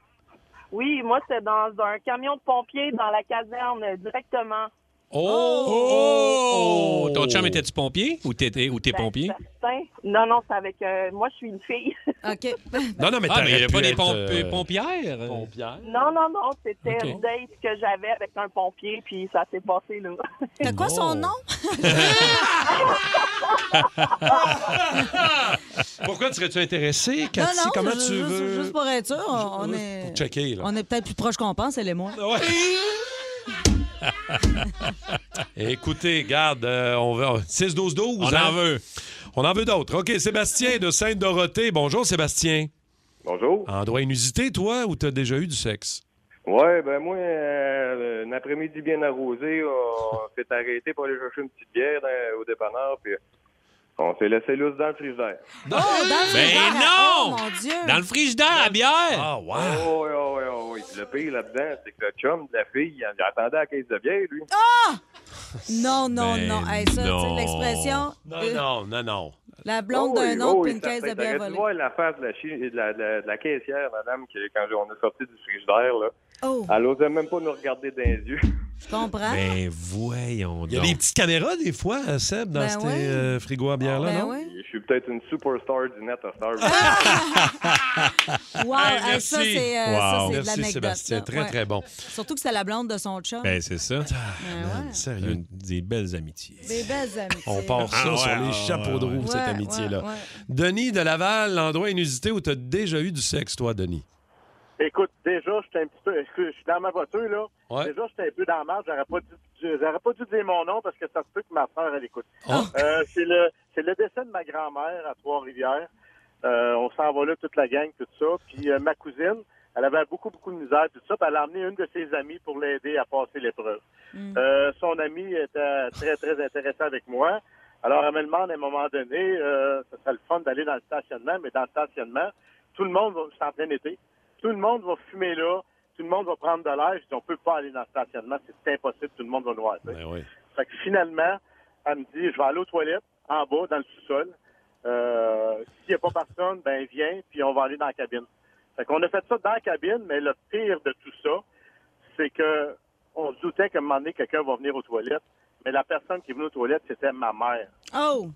Oui, moi, c'était dans un camion de pompiers dans la caserne euh, directement.
Oh! Ton chum était-tu pompier ou t'es ou t'es
Ben,
pompier?
certain. Non, non, c'est avec. euh, moi, je suis une fille.
OK.
ben.
Non, non, mais
Ah, mais il y a
t'aurais
pas
pu
des
être,
pompe-
euh,
pompières?
Pompières.
non, non, non, c'était
Ok.
une date que j'avais avec un pompier, puis ça s'est passé, là.
T'as quoi son nom?
Pourquoi tu serais-tu intéressé,
Non,
Cathy?
non,
Comment
ju-
tu
juste,
veux?
juste pour être sûr, on, on est,
checker, là.
on est peut-être plus proche qu'on pense, elle et moi.
Écoutez, garde, euh, on va 6 12 12.
On en veut.
hein? On en veut d'autres. OK, Sébastien de Sainte-Dorothée. Bonjour Sébastien.
Bonjour.
Endroit inusité toi où t'as déjà eu du sexe
Ouais, ben moi, euh, un après-midi bien arrosé, on s'est arrêté pour aller chercher une petite bière dans- au dépanneur, puis on s'est laissé lousse dans le frigidaire.
Oh, dans le
Ben
frigidaire à-
non!
Oh, mon Dieu!
Dans le
frigidaire, à bière!
Ah, wow! Oh, oui, oh, oui, oh, oui. Puis Le pire là-dedans, c'est que le chum de la fille, il attendait à la caisse de bière, lui.
Ah! Non, non,
Ben
non. Hey, ça, tu sais,
non.
l'expression. euh,
Non, non, non.
La blonde
Oh,
d'un
oui,
autre
oui,
puis une
certain.
caisse de
T'aurais
bière
dû
volée.
voir la face de la, chi- de la, de la- de la caissière, madame, qui, quand on est sorti du frigidaire, là.
Oh.
Elle n'osait même pas nous regarder dans les yeux.
Je comprends.
Ben voyons
Il y a des petites caméras des fois, euh, Seb, dans
Ben
ces
ouais.
euh, frigos à bière-là,
Ben
non?
ouais. Je suis peut-être une superstar du net à Star.
Ah!
Hey,
Wow, hey,
merci.
ça, c'est euh, ça,
Ben, Wow.
c'est de
Merci,
l'anecdote,
Sébastien.
là.
Très, très bon.
Surtout que c'est la blonde de son chum.
Ben, c'est ça.
Ben ouais.
Sérieux. Des belles amitiés.
Des belles amies.
On part ça
Ah ouais,
sur les
ah
chapeaux de
ouais,
roue,
ouais.
cette
Ouais,
amitié-là.
ouais, ouais.
Denis de Laval, l'endroit inusité où t'as déjà eu du sexe, toi, Denis.
Écoute, déjà, j'étais un petit peu. excuse, Je suis dans ma voiture, là.
Ouais.
Déjà, j'étais un peu dans la marge. J'aurais pas, dû- j'aurais pas dû dire mon nom parce que ça se peut que ma soeur, elle écoute.
Oh.
Oh.
Euh, c'est, le, c'est le décès de ma grand-mère à Trois-Rivières. Euh, on s'en va là, toute la gang, tout ça. Puis euh, ma cousine, elle avait beaucoup, beaucoup de misère, tout ça. Puis elle a emmené une de ses amies pour l'aider à passer l'épreuve.
Mm.
Euh, son amie était très, très intéressée avec moi. Alors, elle me demande à un moment donné, euh, ça serait le fun d'aller dans le stationnement, mais dans le stationnement, tout le monde, va, c'est en plein été, tout le monde va fumer là, tout le monde va prendre de l'air. Je dis, on peut pas aller dans le stationnement, c'est impossible, tout le monde va noir. Fait que finalement, elle me dit, je vais aller aux toilettes, en bas, dans le sous-sol. Euh, S'il n'y a pas personne, ben viens, puis on va aller dans la cabine. Fait qu'on a fait ça dans la cabine, mais le pire de tout ça, c'est que on se doutait qu'à un moment donné, quelqu'un va venir aux toilettes, mais la personne qui est venue aux toilettes, c'était ma mère.
Oh!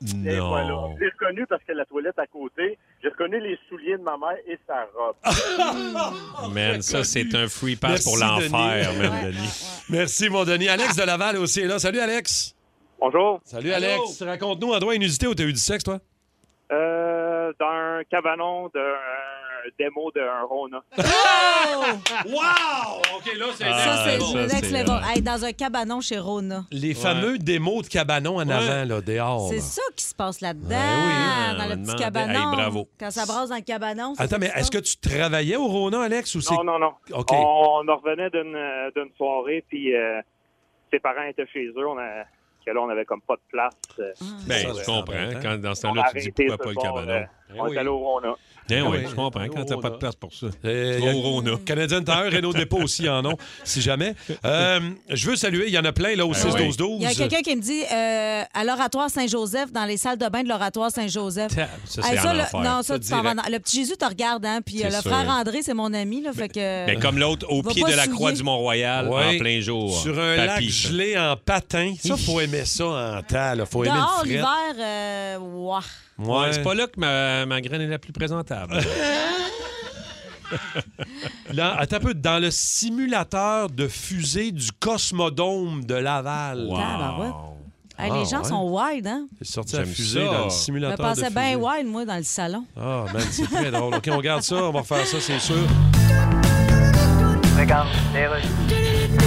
Non.
Eh
Et voilà. J'ai reconnu parce que la toilette à côté, j'ai reconnu les souliers de ma mère et sa robe.
Man, Ben, ça, c'est un free pass
Ben, Merci,
pour l'enfer,
Denis.
man,
Ouais,
Denis.
Merci, mon Denis. Alex de Laval aussi est là. Salut, Alex.
Bonjour.
Salut,
Allô.
Alex. Raconte-nous un droit inusité où t'as eu du sexe, toi?
Euh, d'un cabanon, d'un démo d'un Rona.
Oh! wow! OK, là,
Ah,
c'est...
Ça, c'est le Oh! next
c'est, euh,
level. Hey, dans un cabanon chez Rona.
Les fameux démos de cabanon en avant, là, dehors.
C'est
là.
ça qui se passe là-dedans,
Ben oui,
dans
on
le
demandait-
petit cabanon.
Hey, bravo.
Quand ça brasse dans le cabanon, c'est
Attends,
ça
mais
qui se
est-ce que tu travaillais au Rona, Alex, ou c'est...
Non, non, non.
OK.
On, on revenait d'une euh, d'une soirée, puis euh, ses parents étaient chez eux. On a, que là, on avait comme pas de place. euh.
Ben,
Ça,
je
ouais.
comprends. Quand, dans ce
On
temps-là,
a
tu dis
arrêté
pourquoi
ce
pas le
soir,
cabanon.
euh, on est allé au Rona.
Ben oui,
Ah oui.
je comprends. Quand t'as pas de place pour ça.
Euh,
Tu
y a-
vas au Rona.
Canadien Tire, Renault Dépôt aussi en ont, si jamais. Euh, je veux saluer, il y en a plein là au
Ah oui.
6-12-12.
Il y a quelqu'un qui me dit euh, à l'oratoire Saint-Joseph, dans les salles de bain de l'oratoire Saint-Joseph.
Ça, c'est
Hey,
en
le-
enfer. Ça,
Non, ça, tu t'en vas
direct.
en- Le petit Jésus te regarde, hein. Puis
C'est
euh, le
sûr.
frère André, c'est mon ami, là. Fait
Ben,
que.
Mais comme l'autre, au
euh, Va
pied
pas
de la
souiller.
Croix du Mont-Royal,
Ouais.
en plein jour.
Sur un
Papy,
lac
ça.
gelé en patin. Ça, faut aimer ça en temps. Là. Faut aimer
Dehors,
le fret.
l'hiver, euh, ouah.
Ouais,
Ouais.
c'est pas là que ma, ma graine est la plus présentable.
Là, attends un peu, dans le simulateur de fusée du Cosmodome de Laval.
Wow. Tabarouette. Hey, les
Ah,
gens
ouais.
sont wild, hein?
C'est sorti la
J'aime
fusée
ça.
dans le
Je me
simulateur de
pensais
fusée.
bien wild, moi, dans le salon.
Ah, man, c'est très drôle. OK, on garde ça, on va refaire ça, c'est sûr.
Regarde, les rues.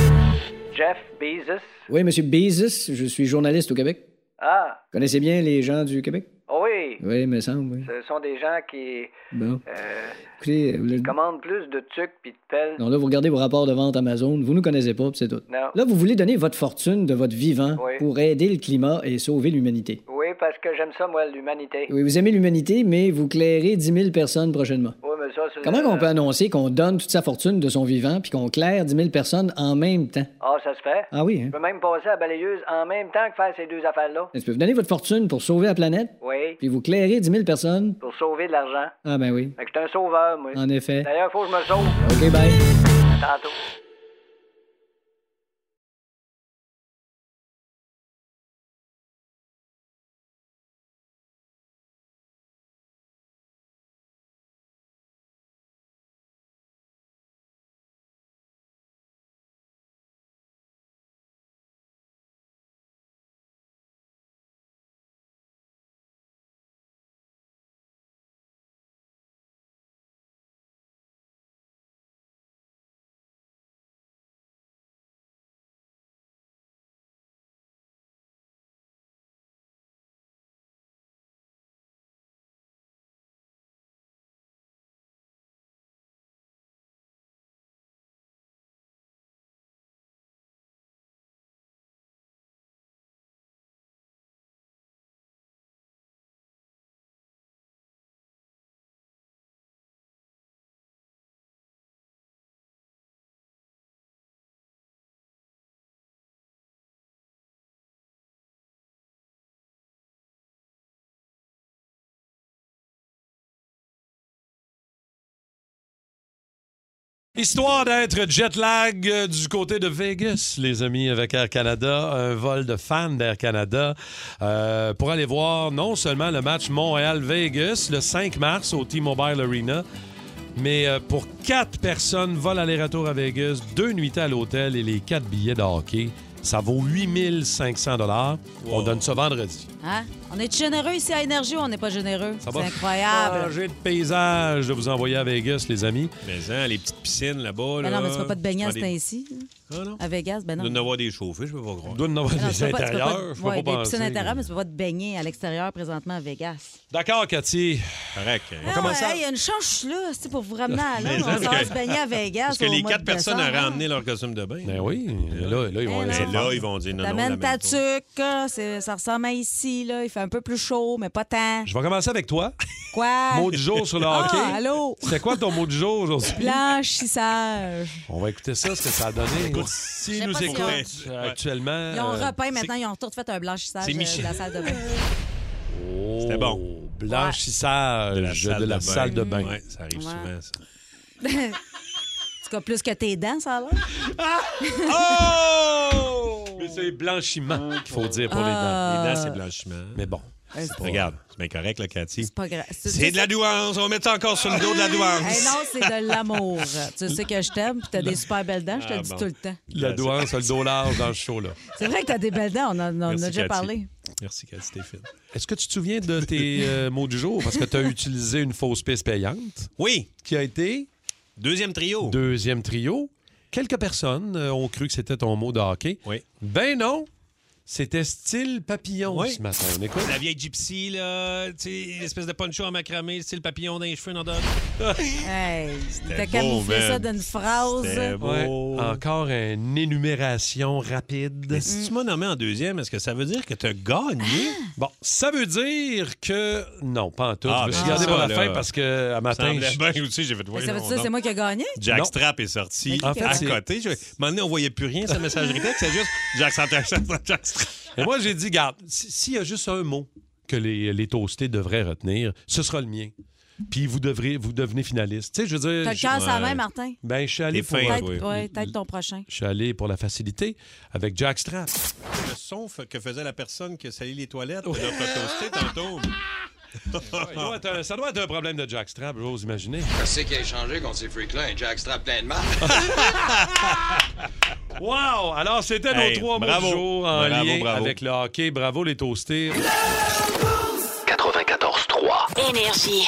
Jeff Bezos.
Oui, Monsieur Bezos, je suis journaliste au Québec.
Ah,
Connaissez bien les gens du Québec?
oui.
Oui, me semble, oui.
Ce sont des gens qui
Bon.
euh,
Écoutez, vous-
commandent plus de tucs puis de pelles.
non, là, vous regardez vos rapports de vente Amazon, vous nous connaissez pas, puis c'est tout.
Non.
Là, vous voulez donner votre fortune de votre vivant
Oui.
pour aider le climat et sauver l'humanité.
Oui, parce que j'aime ça, moi, l'humanité.
Oui, vous aimez l'humanité, mais vous clairez 10 000 personnes prochainement.
Oui, mais ça, c'est...
Comment on peut annoncer qu'on donne toute sa fortune de son vivant puis qu'on claire 10 000 personnes en même temps?
Ah, ça se fait.
Ah oui, hein?
Je peux même passer à la balayeuse en même temps que faire ces deux affaires-là.
Est-ce que vous donnez votre fortune pour sauver la planète
Oui,
puis vous clairez 10 000 personnes?
pour sauver de l'argent.
Ah ben oui,
Fait que je suis un sauveur, moi.
en effet.
D'ailleurs, faut que je me sauve.
ben.
OK, bye.
À tantôt.
Histoire d'être jet lag euh, du côté de Vegas, les amis, avec Air Canada, un vol de fans d'Air Canada euh, pour aller voir non seulement le match Montréal-Vegas le 5 mars au T-Mobile Arena, mais euh, pour quatre personnes, vol aller-retour à Vegas, deux nuitées à l'hôtel et les quatre billets de hockey. Ça vaut 8500 dollars. On donne ça vendredi.
Hein? On est généreux ici à Énergie ou on n'est pas généreux? C'est
va Ah,
incroyable.
Changer de paysage de vous envoyer à Vegas, les amis.
Mais hein, les petites piscines là-bas.
Mais
là,
Ben non, mais tu peux pas te baigner à
prends
ce
des-
temps-ci. là. À Vegas, ben
Il
non. Ben Ah
doit y en avoir des chauffés, je peux pas croire.
doit en avoir
Non, tu
des
peux pas- tu peux pas-
intérieurs. je peux
ouais,
pas
des piscines
penser.
intérieures, mais tu peux pas te baigner à l'extérieur présentement à Vegas.
D'accord, Cathy.
Correct.
On commence
Ah ouais, hey, Il y a une chance là, c'est pour vous ramener à
Mais
Londres. On
parce
s'en
que-
va se baigner à Vegas.
Parce que
au
les
mois
quatre
de
personnes
décembre. hein. Eh
auraient emmené leur costume de bain.
Ben oui. Là, là, ils vont
Mais
laisser
là,
faire.
ils vont dire non, non,
T'amènes
la
ta
même chose.
tuque, euh, c'est- ça ressemble à ici, là. Il fait un peu plus chaud, mais pas tant.
Je vais commencer avec toi.
Quoi?
Mot du jour sur le
Ah,
hockey.
allô?
C'était quoi ton mot du jour aujourd'hui?
Blanchissage.
On va écouter ça, ce que ça a donné.
Je
Si
sais
nous
pas si
écoutent
on-
euh, actuellement.
Ils ont
euh,
repeint maintenant, ils ont retourné fait un blanchissage
c'est
euh, de
Michel.
la salle de bain.
oh,
C'était bon.
Blanchissage de la salle de, bain.
Ouais, ça arrive
Ouais.
souvent, ça.
en tout cas, plus que tes dents, ça a l'air.
Mais c'est blanchiment qu'il faut dire pour les dents.
Ah. Euh.
Les dents, c'est blanchiment.
Mais bon,
Regarde, c'est bien correct, là, Cathy.
pas grave. C'est-
C'est de la douance. On va mettre ça encore sur le dos de la douance.
Hey, non, c'est de l'amour. tu sais que je t'aime, puis t'as des super belles dents, je te
Ah,
le dis
bon.
tout le temps.
La douance a le dos large dans le show, là.
C'est vrai que t'as des belles dents, on en- on en a
Merci,
déjà
Cathy.
parlé.
Merci, Cathy Stéphane.
Est-ce que tu te souviens de tes euh, mots du jour? Parce que tu as utilisé une fausse piste payante.
Oui.
Qui a été?
Deuxième trio.
Deuxième trio. Quelques personnes euh, ont cru que c'était ton mot de hockey.
Oui.
Ben non! C'était style papillon
Oui.
ce matin. On écoute.
La vieille gypsy, là, tu sais, l'espèce de poncho à macramé, c'est le papillon dans les cheveux, non, dans-
Hey, t'as
beau,
camouflé
man.
ça d'une phrase.
Ouais. Encore une énumération rapide.
Mm.
Mais si tu m'as nommé en deuxième, est-ce que ça veut dire que tu as gagné?
Ah!
Bon, ça veut dire que. Non, pas en tout.
Ah,
je me suis
ben,
gardé
ça,
pour la
là.
fin parce que à matin.
Semblait
je-
bien, tu sais, j'ai fait, voyons
Ça veut dire
donc.
c'est moi qui ai gagné?
Jack
Non.
Strap est sorti
En fait,
à
c'est-
côté. Je... À un moment donné, on voyait plus rien, sa messagerie texte. C'est juste Jack Strap, Jack Strap, Jack Strap.
Et moi, j'ai dit, garde, si- s'il y a juste un mot que les, les toastés devraient retenir, ce sera le mien. Puis vous devrez, vous devenez finaliste. Tu sais, je veux dire.
T'as le
je-
cœur sur la
Ouais.
main, Martin?
Ben, je suis allé
T'es
pour.
fin,
euh,
toi.
Peut-être ouais, peut-être ton prochain.
Je suis allé pour la facilité avec Jack Strap.
Le son f- que faisait la personne qui a sali les toilettes de notre toasté tantôt.
Ça doit, être un, ça doit être un problème de Jack Strap, j'ose imaginer.
Je sais qu'il a échangé contre ces freaks-là, un jackstrap plein de mal.
Wow! Alors, c'était nos
Hey,
trois mots
bravo.
du jour en
Bravo,
lien
bravo.
avec le hockey. Bravo, les toastés.
94.3. Énergie.